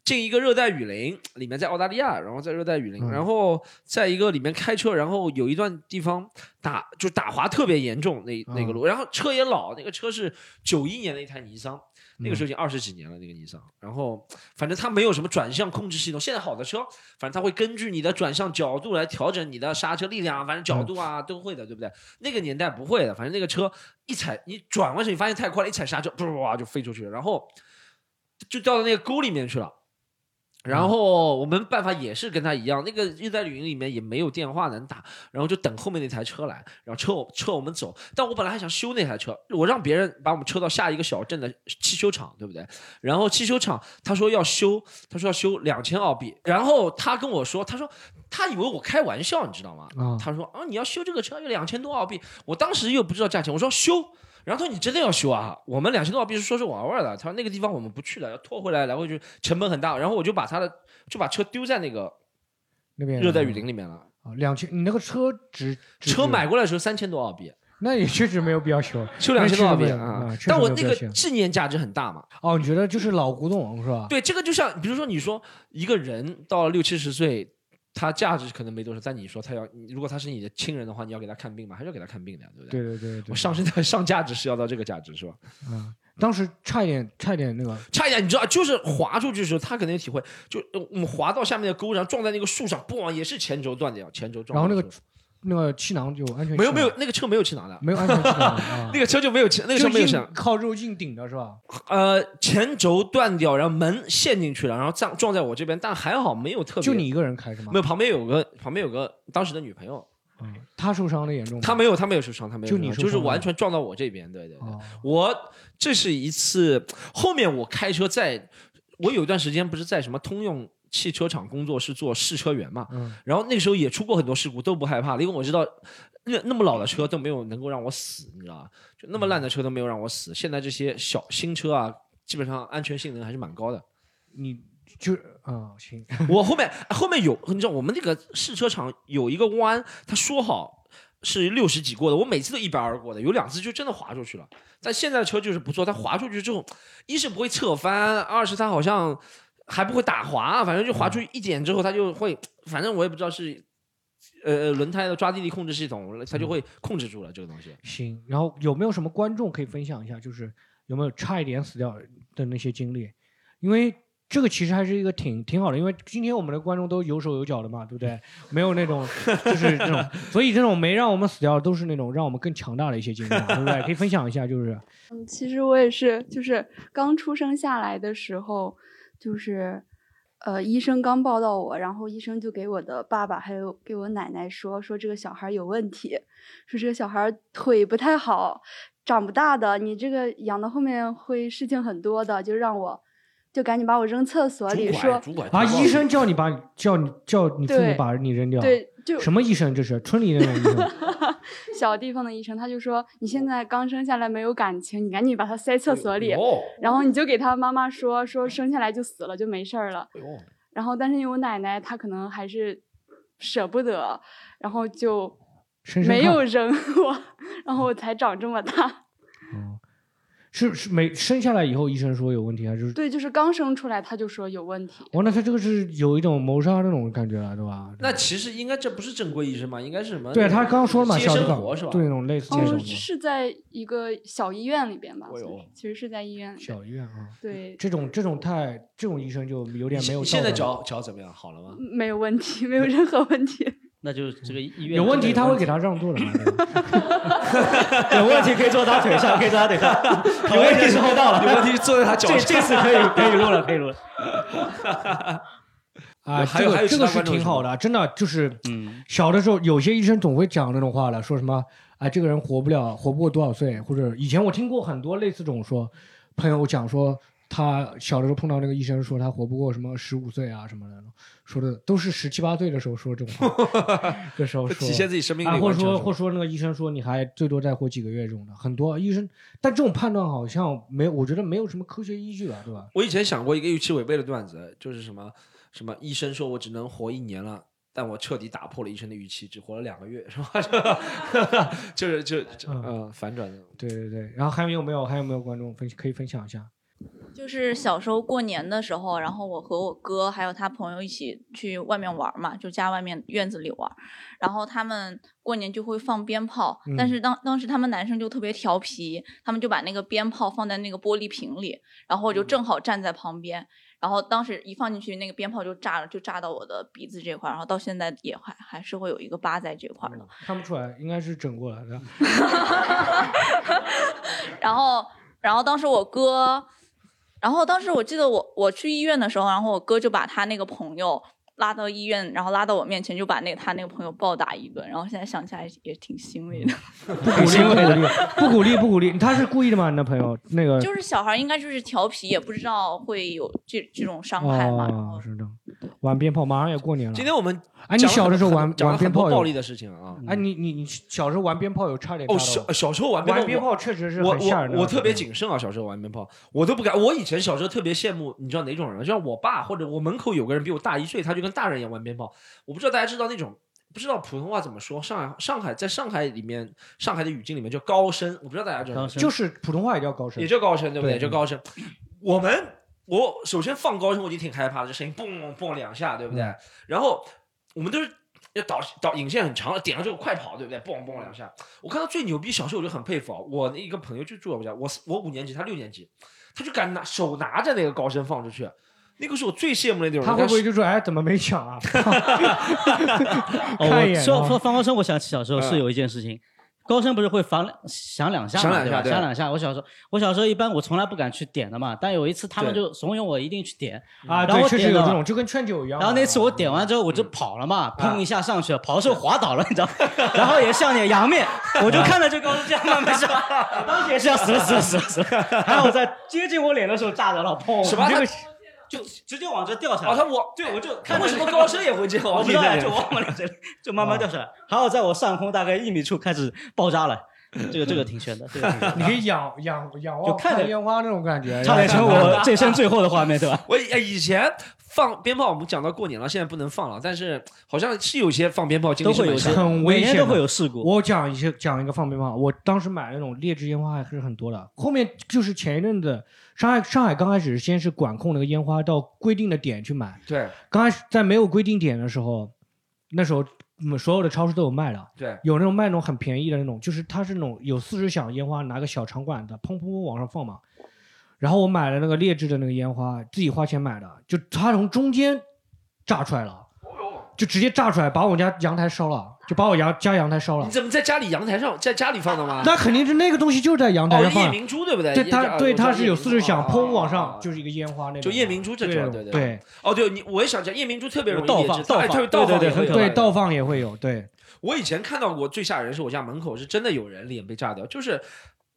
D: 进一个热带雨林，里面在澳大利亚，然后在热带雨林，
B: 嗯
D: 然后在一个里面开车，然后有一段地方打就打滑特别严重，那
B: 嗯
D: 那个路，然后车也老，那个车是九一年的一台尼桑。那个时候已经二十几年了，那个尼桑，然后反正它没有什么转向控制系统。现在好的车，反正它会根据你的转向角度来调整你的刹车力量，反正角度啊都会的，对不对？那个年代不会的，反正那个车一踩，你转过去，你发现太快了，一踩刹车，噗噗噗就飞出去了，然后就掉到那个沟里面去了。然后我们办法也是跟他一样，那个热带雨林里面也没有电话能打，然后就等后面那台车来，然后车我车我们走。但我本来还想修那台车，我让别人把我们车到下一个小镇的汽修厂，对不对？然后汽修厂他说要修，他说要修两千澳币，然后他跟我说，他说他以为我开玩笑，你知道吗？
B: 啊
D: 他说啊你要修这个车要两千多澳币，我当时又不知道价钱，我说修。然后他说你真的要修啊？我们两千多澳币是说是玩玩的，他说那个地方我们不去了，要拖回来来回去成本很大。然后我就把他的就把车丢在那个
B: 那边
D: 热带雨林里面了。
B: 啊，两千，你那个车值值
D: 车买过来的时候三千多澳币，
B: 那也确实没有必要修，
D: 就两千多澳币
B: 那确实没有
D: 啊
B: 啊。确实
D: 但
B: 没
D: 我
B: 有
D: 那
B: 必要
D: 个
B: 修
D: 纪念价值很大嘛。
B: 哦，你觉得就是老古董是吧？
D: 对，这个就像比如说你说一个人到了六七十岁，他价值可能没多少，但你说他要，你如果他是你的亲人的话，你要给他看病嘛，还是要给他看病的呀，对不对？
B: 对对对对
D: 我，上升到上价值是要到这个价值是吧？
B: 嗯，当时差一点，差一点那个，
D: 差一点，你知道，就是滑出去的时候，他可能有体会，就呃我们滑到下面的沟上，撞在那个树上，嘣，也是前轴断掉，前轴撞。
B: 然后那个那个气囊就安全
D: 没有
B: 气
D: 没
B: 囊
D: 有，那个车没有气囊的，
B: 没有安全气 囊啊
D: 那个车就没有气，那个车没有气
B: 就
D: 囊
B: 硬，靠肉硬顶的是吧？
D: 呃，前轴断掉，然后门陷进去了，然后撞撞在我这边，但还好没有特别。
B: 就你一个人开是吗
D: 没有，旁边有个旁边有个当时的女朋友，
B: 他受伤的严重吗，
D: 她没有她没有受伤，她没有
B: 就
D: 受伤
B: 你受
D: 就是
B: 伤了
D: 完全撞到我这边，对对对。
B: 哦
D: 我这是一次，后面我开车在，我有一段时间不是在什么通用汽车厂工作，是做试车员嘛，
B: 嗯
D: 然后那时候也出过很多事故，都不害怕的，因为我知道那那么老的车都没有能够让我死，你知道吧？就那么烂
B: 嗯
D: 的车都没有让我死，现在这些小新车啊，基本上安全性能还是蛮高的。
B: 你就啊行，
D: 我后面后面有，你知道我们那个试车场有一个弯，他说好是六十几过的，我每次都一百二过的，有两次就真的滑出去了。但现在的车就是不错，它滑出去之后，一是不会侧翻，二是它好像还不会打滑，啊反正就
B: 嗯
D: 滑出一点之后，它就会，反正我也不知道是。呃，轮胎的抓地力控制系统，它就
B: 嗯
D: 会控制住了这个东西。
B: 行，然后有没有什么观众可以分享一下，就是有没有差一点死掉的那些经历？因为这个其实还是一个挺挺好的，因为今天我们的观众都有手有脚的嘛，对不对？没有那 种就是这种，所以这种没让我们死掉的都是那种让我们更强大的一些经历嘛，对不对？可以分享一下，就是
M: 嗯，其实我也是，就是刚出生下来的时候，就是呃，医生刚抱到我，然后医生就给我的爸爸还有给我奶奶说，说这个小孩儿有问题，说这个小孩儿腿不太好，长不大的，你这个养到后面会事情很多的，就让我就赶紧把我扔厕所里说，
B: 啊，医生叫你把你叫你叫你父母
M: 对
B: 把你扔掉，
M: 对就
B: 什么医生这是村里那种医生
M: 小地方的医生，他就说你现在刚生下来没有感情，你赶紧把他塞厕所里，
B: 哎呦
M: 然后你就给他妈妈说说生下来就死了就没事儿了。然后但是因为我奶奶她可能还是舍不得，然后就
B: 深深
M: 没有
B: 看
M: 扔我，然后我才长这么大。
B: 是是每生下来以后医生说有问题，还 是？
M: 对，就是刚生出来他就说有问题。
B: 哦，那他这个是有一种谋杀那种感觉了，对吧？
D: 那其实应该这不是正规医生吧？应该是什么？
B: 对他刚刚说了嘛，
D: 接
B: 小的
D: 生
B: 岗
D: 活是吧？
B: 对那种类似这种
M: 哦，
B: 的
M: 是在一个小医院里边吧？
D: 哎呦
M: 算是其实是在医院里边。
B: 小医院啊。
M: 对，
B: 这种这种太这种医生就有点没有道德了。
D: 你现在脚脚怎么样？好了吗？
M: 没有问题，没有任何问题。
C: 那就这个医院
B: 有问题他会给
C: 他。
B: 他让座的嘛。
C: 有问 题可以坐他腿上，可以坐他腿 上。有问题时候到了，
D: 有问 题坐在他脚上
C: 这这次可以可以录了，可以录 了。
B: 啊，
D: 呃还
B: 这
D: 有还
B: 个
D: 有其
B: 这
D: 他
B: 个是
D: 观众
B: 挺
D: 是吗嗯
B: 好的，真的就是，小的时候有些医生总会讲那种话了，说什么哎，这个人活不了，活不过多少岁，或者以前我听过很多类似这种说，朋友讲说他小的时候碰到那个医生说他活不过什么十五岁啊什么的，说的都是十七八岁的时候说这种 话，这时候
D: 就
B: 说
D: 体现自己生命
B: 啊，
D: 力
B: 或
D: 完
B: 者
D: 全
B: 说
D: 是
B: 或者说那个医生说你还最多再活几个月这种的，很多医生，但这种判断好像没有，我觉得没有什么科学依据吧， 对吧？
D: 我以前想过一个预期违背的段子，就是什么什么医生说我只能活一年了。但我彻底打破了医生的预期，只活了两个月，是吧？ 就是就就
B: 嗯
D: 呃反转的。
B: 对对对，然后还有没有还有没有观众分可以分享一下？
E: 就是小时候过年的时候，然后我和我哥还有他朋友一起去外面玩嘛，就家外面院子里玩。然后他们过年就会放鞭炮，
K: 嗯
E: 但是当当时他们男生就特别调皮，他们就把那个鞭炮放在那个玻璃瓶里，然后我就正好站在旁边。然后当时一放进去，那个鞭炮就炸了，就炸到我的鼻子这块儿，然后到现在也还还是会有一个疤在这块儿的。
B: 看不出来，应该是整过来的。
E: 然后，然后当时我哥，然后当时我记得我我去医院的时候，然后我哥就把他那个朋友拉到医院，然后拉到我面前，就把那他那个朋友暴打一顿。然后现在想起来也挺欣慰的，
B: 不鼓励，不鼓励，不鼓励，不鼓励。他是故意的吗？你的朋友那 个
E: 就是小孩应该就是调皮，也不知道会有这这种伤害嘛。
B: 哦，是这样。玩鞭炮，马上也过年了。
D: 今天我们
B: 哎，你
D: 讲了
B: 小的时候
D: 很
B: 玩
D: 讲了
B: 玩
D: 很
B: 鞭
D: 多
B: 炮有
D: 暴力的事情啊。
B: 哎，你你你小时候玩鞭炮有差点
D: 哦，
B: 打到
D: 小
B: 我
D: 小时候玩
B: 玩
D: 鞭
B: 鞭
D: 炮，我
B: 炮确实是
D: 我
B: 很吓人的嗯
D: 我我特别谨慎啊，小时候玩鞭炮，我都不敢。我以前小时候特别羡慕，你知道哪种人？就像我爸或者我门口有个人比我大一岁，他就跟大人一样玩鞭炮。我不知道大家知道那种。不知道普通话怎么说，上海上海在上海里面，上海的语境里面叫高升，我不知道大家知道吗，
B: 就是普通话也叫高声，
D: 也叫高声，对不
B: 对
D: 对？也叫高声。我们我首先放高声我就挺害怕的，这声音嘣嘣嘣两下，对不对？
B: 嗯
D: 然后我们都是要导导引线很长，点了之后快跑，对不对？嘣嘣两下。我看到最牛逼，小时候我就很佩服啊。我那一个朋友就住在我家，我四我五年级，他六年级，他就敢拿手拿着那个高声放出去。那个是我最羡慕的那种人。
B: 他会不会
D: 是
B: 就说哎怎么没响啊？
C: 哦，
B: 看一眼
C: 我说
B: 啊
C: 说放高声，我想起小时候是
B: 嗯
C: 有一件事情，高声不是会响两响两下嘛，
D: 响两下
C: 对吧
D: 对
C: 响两下。我小时候，我小时候一般我从来不敢去点的嘛，但有一次他们就怂恿我一定去点
B: 啊，
C: 然后
B: 对，
C: 我
B: 确实
C: 点
B: 有
C: 了
B: 这种，嗯就跟劝酒一样
C: 然。后那次我点完之后我就跑了
B: 啊
C: 嘛，砰一下上去了，跑的时候滑倒了，你知道吗， 然后也像点洋 面，我就看着这高声这样慢慢上，当时也是要死了死了死了死了，还有我在接近我脸的时候炸着了，砰！
D: 什么
C: 这个
D: 他
C: 就直接往这掉下来。
D: 哦，他我
C: 对我就
D: 他为什么高声也会这 样？
C: 我不知道呀，就往
D: 我
C: 我这里就慢慢掉下来，还有在我上空大概一米处开始爆炸了，这个这个挺炫的，这个挺炫的
B: 你可以仰仰仰望
C: 就看着
B: 烟花那种感觉，
C: 差点成我这生最后的画面，对吧？
D: 我以哎以前放鞭炮，我们讲到过年了，现在不能放了，但是好像是有些放鞭炮经历是蛮吓人的
B: 很危险的，
C: 事故
B: 我讲一些讲一个放鞭炮，我当时买那种劣质烟花还是很多的。后面就是前一阵子，上海上海刚开始先是管控那个烟花到规定的点去买，
D: 对
B: 刚开始在没有规定点的时候，那时候嗯所有的超市都有卖的，
D: 对
B: 有那种卖那种很便宜的那种，就是它是那种有四十响烟花，拿个小长管子砰砰砰往上放嘛。然后我买了那个劣质的那个烟花，自己花钱买的，就它从中间炸出来了，就直接炸出来，把我家阳台烧了，就把我阳家阳台烧了
D: 你。怎么在家里阳台上，在家里放的吗？
B: 那肯定是那个东西就是在阳台
D: 哦
B: 上放
D: 夜
B: 的，
D: 明珠对不对
B: 对，
D: 夜
B: 它
D: 啊
B: 对
D: 我知道
B: 它是
D: 夜
B: 有
D: 明珠
B: 四十响，
D: 啊
B: 砰往上就是一个烟花那种。
D: 就夜明珠这
B: 对
D: 种，
B: 的
D: 对
B: 对。
D: 哦，对你，我也想讲夜明珠特别容易
B: 倒
D: 劣
B: 放
D: 质哎特别倒
B: 对
D: 放
B: 对
D: 也会
B: 对，
D: 有
B: 对倒放也会有，对。
D: 我以前看到过最吓人是我家门口是真的有人脸被炸掉，就是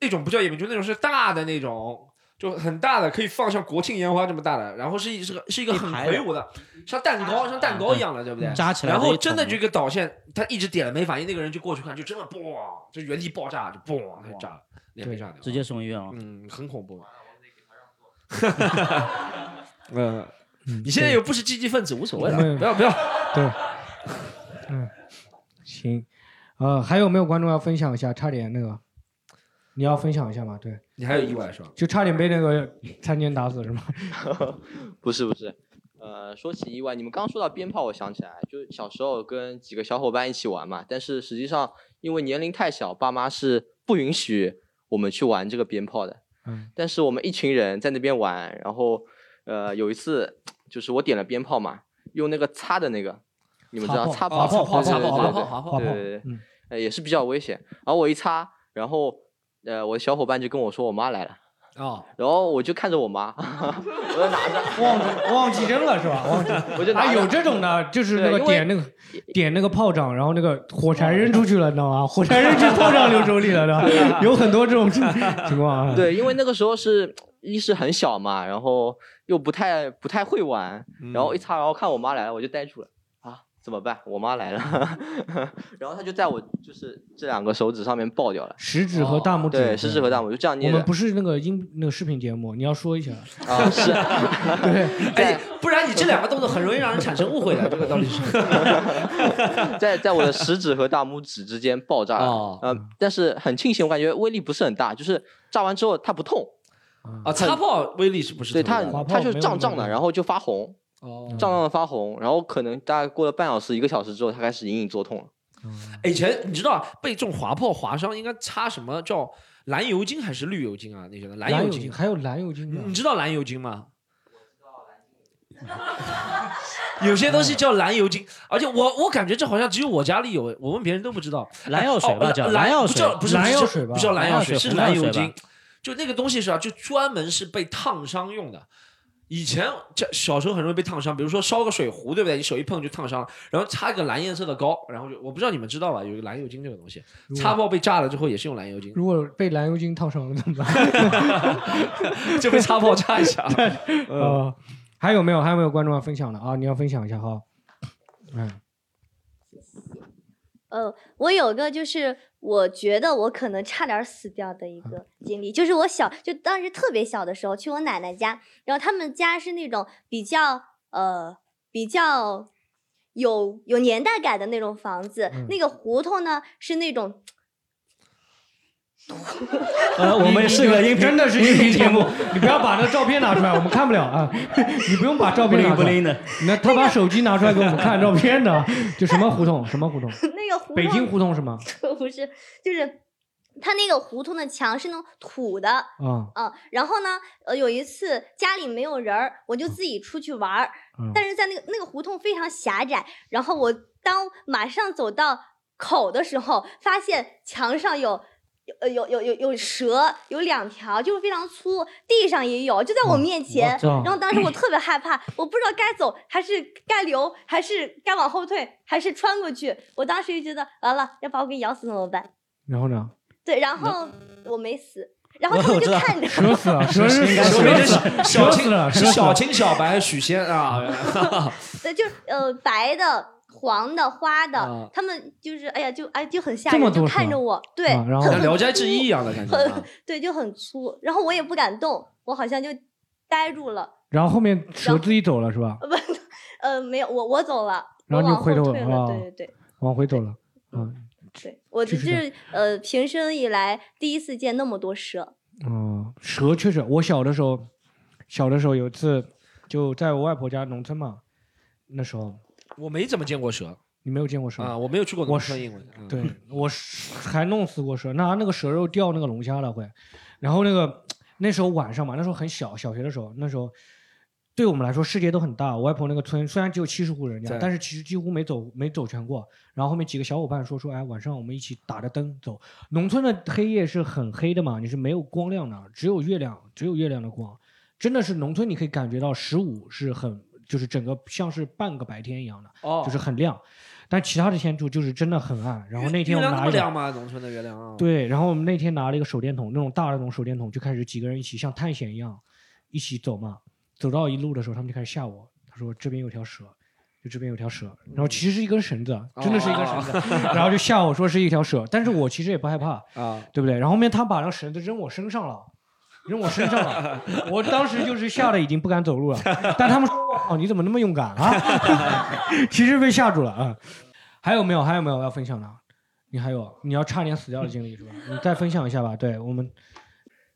D: 那种不叫夜明珠，那种是大的那种，就很大的，可以放像国庆烟花这么大的，然后是一是个是一个很
C: 排的嗯
D: 魁梧的，像蛋糕像蛋糕一样的，对不对？
C: 扎起来的
D: 然后
C: 一
D: 真的
C: 桶
D: 这个导线，他一直点了没反应，那个人就过去看，就真的嘣，就原地爆炸，就嘣，他就炸了，脸被炸掉，
C: 直接送医院了。啊
D: 嗯，很 恐怖。嗯，你现在
B: 对
D: 又不是积极分子，无所谓了
B: 没
C: 嗯
B: 有，
D: 不要不要。
B: 对，嗯，行，呃，还有没有观众要分享一下？差点那个，你要分享一下吗？对
D: 你还有意外是吧？
B: 就差点被那个参见打死是吗？
L: 不是不是，呃，说起意外，你们刚说到鞭炮，我想起来，就是小时候跟几个小伙伴一起玩嘛，但是实际上因为年龄太小，爸妈是不允许我们去玩这个鞭炮的。
B: 嗯，
L: 但是我们一群人在那边玩，然后呃有一次就是我点了鞭炮嘛，用那个擦的那个，你们知道擦
D: 擦炮
L: 炮
D: 划
L: 对
D: 炮
L: 对
D: 划
L: 对
D: 炮划炮划炮
L: 对对对对
D: 嗯，
L: 呃也是比较危险。然后我一擦，然后呃我的小伙伴就跟我说我妈来了。
D: 哦，
L: 然后我就看着我妈，我就拿着，
B: 忘记忘记扔了是吧？忘记
L: 我就拿
B: 啊，
L: 着
B: 有这种的，就是那
L: 对
B: 个
L: 因为
B: 点那个点那个炮仗，然后那个火柴扔出去了，你知道吗？火柴扔去炮仗流手里了，知道吗？有很多这种情况啊。
L: 对，因为那个时候是一是很小嘛，然后又不太不太会玩，然
B: 嗯
L: 后一擦，然后看我妈来了，我就呆住了啊，怎么办？我妈来了， 然后她就在我就是这两个手指上面爆掉了，
B: 食指和大拇指，嗯
L: 对，食指和大拇指就这样
B: 我
L: 捏
B: 们
L: 着
B: 不是那个音那个视频节目，你要说一下。
L: 啊， 是，
D: 哎，不然你这两个动作很容易让人产生误会的，这个道理是。
L: 在在我的食指和大拇指之间爆炸了，
B: 哦嗯
L: 呃，但是很庆幸，我感觉威力不是很大，就是炸完之后它不痛，
B: 嗯
D: 啊， 擦炮威力是不是
L: 对
D: 特别
L: 它
D: 大？
L: 它就是胀胀的，然后就发红，
D: 哦，
L: 胀胀的发红，然后可能大概过了半小时一个小时之后，它开始隐隐作痛了。
D: 哎以前你知道啊被这种滑炮划伤应该擦什么叫蓝油精还是绿油精啊？那些的
B: 蓝
D: 油
B: 油精还有蓝油精呢
D: 你知道蓝油精吗？有些东西叫蓝油精，而且我我感觉这好像只有我家里有，我问别人都不知道。
C: 蓝药水吧
D: 哦
C: 叫
D: 蓝
C: 蓝药
D: 不
C: 水
D: 叫不是
C: 蓝
D: 不是
C: 药水吧
D: 不叫蓝药
C: 蓝药水
D: 是
C: 红
D: 蓝
C: 药
D: 油
C: 水吧
D: 精。就那个东西是啊，就专门是被烫伤用的。以前这小时候很容易被烫伤，比如说烧个水壶，对不对？你手一碰就烫伤了，然后擦一个蓝颜色的膏，然后就我不知道你们知道吧？有一个蓝油精这个东西，
C: 啊
B: 如果
D: 擦炮被炸了之后也是用蓝油精，
B: 如果被蓝油精烫伤了怎么办？
D: 就被擦炮炸一下。嗯
B: 呃，还有没有还有没有观众要分享的啊？你要分享一下哈。嗯，
H: 呃，我有个就是我觉得我可能差点儿死掉的一 个经历，就是我小就当时特别小的时候去我奶奶家，然后他们家是那种比较呃比较有有年代感的那种房子，
B: 嗯
H: 那个胡同呢是那种
C: 呃，我们是个音频，
B: 真的是
C: 音频
B: 节
C: 节目，
B: 你不要把那照片拿出来，我们看不了 啊。你不用把照片拿出
C: 不
B: 来
C: 灵不灵的。
B: 那他把手机拿出来给我们看照片的，就什么胡同什么胡同，
H: 那个胡同
B: 北京胡同是吗？
H: 不是，就是它那个胡同的墙是那种土的，
B: 啊，
H: 嗯，然后呢，呃，有一次家里没有人儿，我就自己出去玩儿，
B: 嗯
H: 但是在那个那个胡同非常狭窄，然后我当马上走到口的时候，发现墙上有。有呃有有有有蛇，有两条，就是非常粗，地上也有，就在我面前。
N: 知道
H: 然后当时我特别害怕，我不知道该走还是该留，还是该往后退，还是穿过去。我当时就觉得完了，要把我给咬死怎么办？
B: 然后呢？
H: 对，然后我没死，然后他们
B: 我
H: 就
B: 知道
H: 看着
B: 蛇 死 了蛇是蛇死了
D: 小
B: 蛇死了
D: 青
B: 蛇
D: 是
B: 死了
D: 小青小白许仙啊，
H: 对，就是呃白的、黄的、花的，
D: 啊
H: 他们就是哎呀，就哎就很吓
D: 这么
H: 人，就
D: 多是
H: 看
D: 吧
H: 着我，对，
D: 啊然后
H: 很
D: 像
H: 很
D: 聊斋志
H: 粗
D: 异一样的感觉啊
H: 很 对，就很粗，然后我也不敢动，我好像就呆住了，
B: 然后后面蛇自己走了是吧？
H: 呃不，呃没有，我我走了，
B: 然后
H: 我
B: 你
H: 往
B: 回头
H: 退
B: 了
H: 了，
B: 啊
H: 对对对。
B: 往回走了。嗯，
H: 对，我这
B: 就是这样
H: 是呃平生以来第一次见那么多蛇。
B: 哦，蛇确实，我小的时候，小的时候有一次就在我外婆家农村嘛，那时候
D: 我没怎么见过蛇
B: 你没有见过蛇
D: 啊，我没有去过农村，因为嗯
B: 对我是还弄死过蛇，拿那个蛇肉钓那个龙虾了会，然后那个那时候晚上嘛，那时候很小，小学的时候，那时候对我们来说世界都很大。我外婆那个村虽然只有七十户人家
C: 对，
B: 但是其实几乎没走没走全过。然后后面几个小伙伴说说，哎，晚上我们一起打着灯走。农村的黑夜是很黑的嘛，你是没有光亮的，只有月亮，只有月亮的光。真的是农村，你可以感觉到十五是很，就是整个像是半个白天一样的，
D: 哦
B: 就是很亮。但其他的天就就是真的很暗。然后那天
D: 月
B: 我们
D: 亮那
B: 拿
D: 么
B: 一个
D: 亮吗？农村的月亮啊，
B: 对，然后我们那天拿了一个手电筒，那种大的那种手电筒，就开始几个人一起像探险一样一起走嘛。走到一路的时候，他们就开始吓我，他说这边有条蛇，就这边有条蛇，然后其实是一根绳子，真的是一根绳子，
D: 哦
B: 然后就吓我说是一条蛇，但是我其实也不害怕，
D: 啊，
B: 对不对？然后后面他把那个绳子扔我身上了。扔我身上了， 我当时就是吓得已经不敢走路了。但他们说：“哦，你怎么那么勇 敢啊？”其实被吓住了啊。还有没有？还有没有要分享的？你还有你要差点死掉的经历是吧？你再分享一下吧。对我们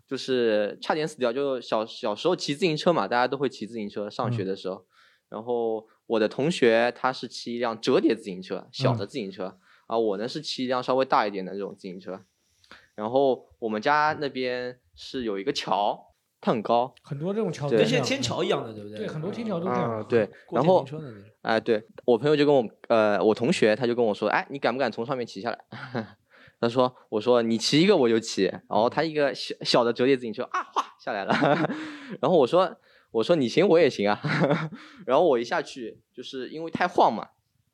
L: 就是差点死掉。就小小时候骑自行车嘛，大家都会骑自行车，上
D: 嗯
L: 学的时候。然后我的同学他是骑一辆折叠自行车，小
D: 嗯
L: 的自行车、啊，我呢是骑一辆稍微大一点的这种自行车。然后我们家那边是有一个桥，它很高，
B: 很多这种桥都
L: 对
B: 这
L: 像
B: 样
L: 天桥一样的
D: 对不对嗯
B: 对，很多天桥都这样。
L: 啊，对，
D: 过
L: 然
D: 电
L: 后
D: 瓶车的那种
L: 哎，对我朋友就跟我呃，我同学他就跟我说，哎，你敢不敢从上面骑下来？ 他说，我说你骑一个我就骑，然后他一个小小的折叠自行车啊，哗下来了， 然后我说我说你行我也行啊， 然后我一下去就是因为太晃嘛，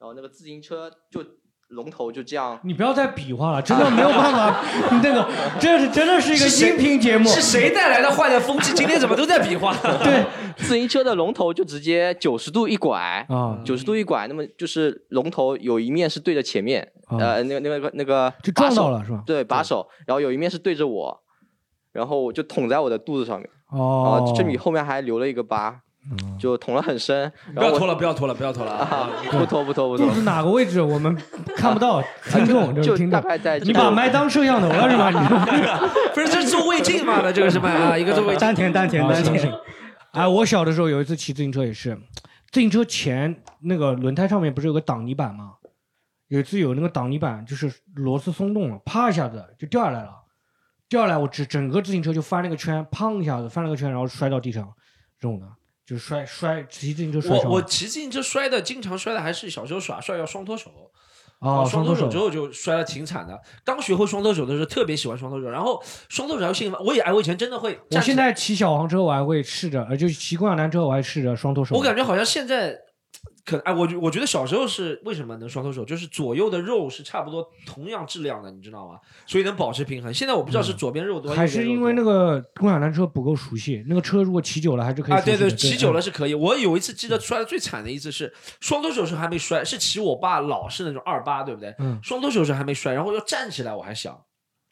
L: 然后那个自行车就龙头就这样
B: 你不要再比划了，真的没有办 法。 那个，这是真的是一个
D: 谁
B: 音频节目。
D: 是谁带来的坏的风气？今天怎么都在比划？
B: 对，
L: 自行车的龙头就直接九十度一拐
B: 啊，
L: 九十度一拐，那么就是龙头有一面是对着前面，
B: 啊
L: 呃，那个那个那个
B: 就
L: 把
B: 撞到
L: 手
B: 了是吧
L: 对，把手，然后有一面是对着我，然后我就捅在我的肚子上面，
B: 哦嗯
L: 啊，这里后面还留了一个疤，就捅了很深。
D: 你不
L: 然
D: 要
L: 后
D: 拖
L: 我
D: 了，不要拖了，不要拖了啊！
L: 不拖不拖不拖
B: 肚，子哪个位置我们看不 到，听众
L: 就
B: 听
L: 大
B: 众
L: 概在。
B: 你把麦当摄像头了是吧？你
D: 不是这是做胃镜嘛？那这个是吧？ 啊，一个做胃镜。
B: 丹田丹田丹田。哎，我小的时候有一次骑自行车也是，自行车前那个轮胎上面不是有个挡泥板吗？有一次有那个挡泥板就是螺丝松动了，啪一下子就掉下来了，掉下来我整整个自行车就翻了个圈，砰一下子翻了个圈，然后摔到地上，这种的就是摔摔骑自行车摔
D: 我
B: 伤了。
D: 我骑自行车摔的，经常摔的还是小时候耍帅要双脱手。
B: 哦
D: 然后双
B: 双脱
D: 手
B: 手
D: 之后就摔的挺惨的。刚学会双脱手的时候，特别喜欢双脱手，然后双脱手还兴奋。我也哎，我以前真的会
B: 我
D: 站起
B: 现在骑小黄车，我还会试着，呃，就是骑共享单车，我还试着双脱手。
D: 我感觉好像现在可哎，我觉我觉得小时候是为什么能双脱手，就是左右的肉是差不多同样质量的，你知道吗？所以能保持平衡。现在我不知道是左边肉
B: 嗯
D: 多、
B: 还
D: 右边
B: 是
D: 肉
B: 因为那个共享单车不够熟悉，那个车如果骑久了还是可以
D: 啊，
B: 熟悉的
D: 对对，骑久了
B: 嗯
D: 是可以。我有一次记得摔的最惨的一次是双脱手是还没摔，是骑我爸老式那种二八，对不对？
B: 嗯
D: 双脱手是还没摔，然后要站起来，我还想，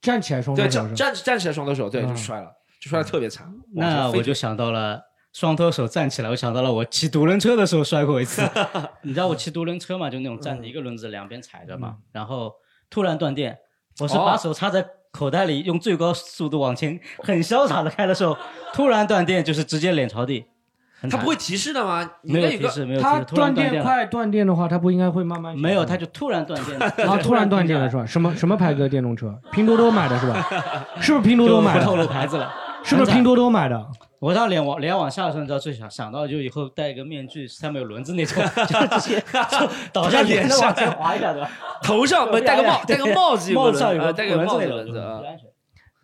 B: 站起来双
D: 对，
B: 脱
D: 站
B: 手
D: 站
B: 是吧。
D: 站站起来双脱手，对，
B: 嗯
D: 就摔了，就摔的特别惨。
C: 那我 就想到了双脱手站起来，我想到了我骑独轮车的时候摔过一 次。你知道我骑独轮车嘛，就那种
D: 嗯
C: 站着一个轮子两边踩着嘛，然后突然断电，我是把
D: 哦
C: 手插在口袋里，用最高速度往前，很潇洒的开的时候，突然断电，就是直接脸朝地。
D: 他不会提示的吗？
C: 没有提示，没有提
B: 它
C: 示，突然断
B: 断电
C: 电了。
B: 快断电的话，它不应该会慢慢
C: 没有，他就突然断电
D: 嗯
C: 了
B: 啊 突然断电了是吧？什么什么牌子的电动车？拼多多买的是吧？是不是拼多多买
C: 就
B: 的？
C: 不透露牌子了。
B: 是不是拼多多买的？
C: 我让脸往脸往下的时候，你知道最想想到就以后戴一个面具，上面有轮子 那种，就直接就倒下去
D: 脸
C: 再往
D: 上
C: 前滑一下，对吧？
D: 头上不戴个 帽，戴个帽子，
C: 帽子上有
D: 呃
C: 个
D: 戴个
C: 轮子
D: 帽子
C: 那种
D: 轮子啊。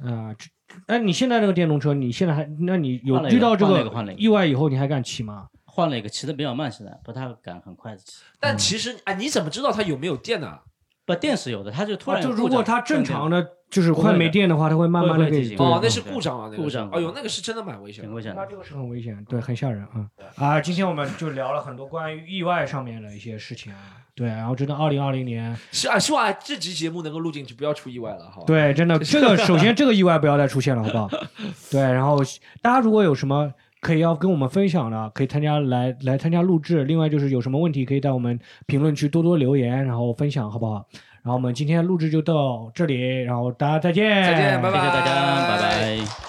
B: 啊，这哎，你现在这个电动车，你现在还？那你有
C: 换了一个
B: 遇到这
C: 换了一个换了一个
B: 意外以后，你还敢骑吗？
C: 换了一个，骑的比较慢，现在不太敢很快的骑。
D: 但其实啊，你怎么知道它有没有电呢？
C: 不，电是有的，它就突
B: 啊
C: 然有
B: 就
C: 故障、
B: 如果它正常的
C: 断电
B: 就是快没电的话，它会慢慢的
C: 会
B: 给
C: 提
B: 你
C: 醒
D: 哦，
B: 对
D: 那是故障啊，那个是
C: 故障
D: 哎呦，那个是真的蛮危险，挺
C: 危险的。
B: 这个是很危险，对，很吓人啊啊！今天我们就聊了很多关于意外上面的一些事情啊，对，然后真的二零二零年，
D: 希啊望希望这集节目能够录进去，不要出意外了，好吧？
B: 对，真 的这个首先这个意外不要再出现了，好不好？对，然后大家如果有什么。可以要跟我们分享的，可以参加来来参加录制。另外就是有什么问题，可以在我们评论区多多留言，然后分享，好不好？然后我们今天录制就到这里，然后大家再见，
C: 哎
D: 再见，拜拜，
C: 谢谢大家，拜拜。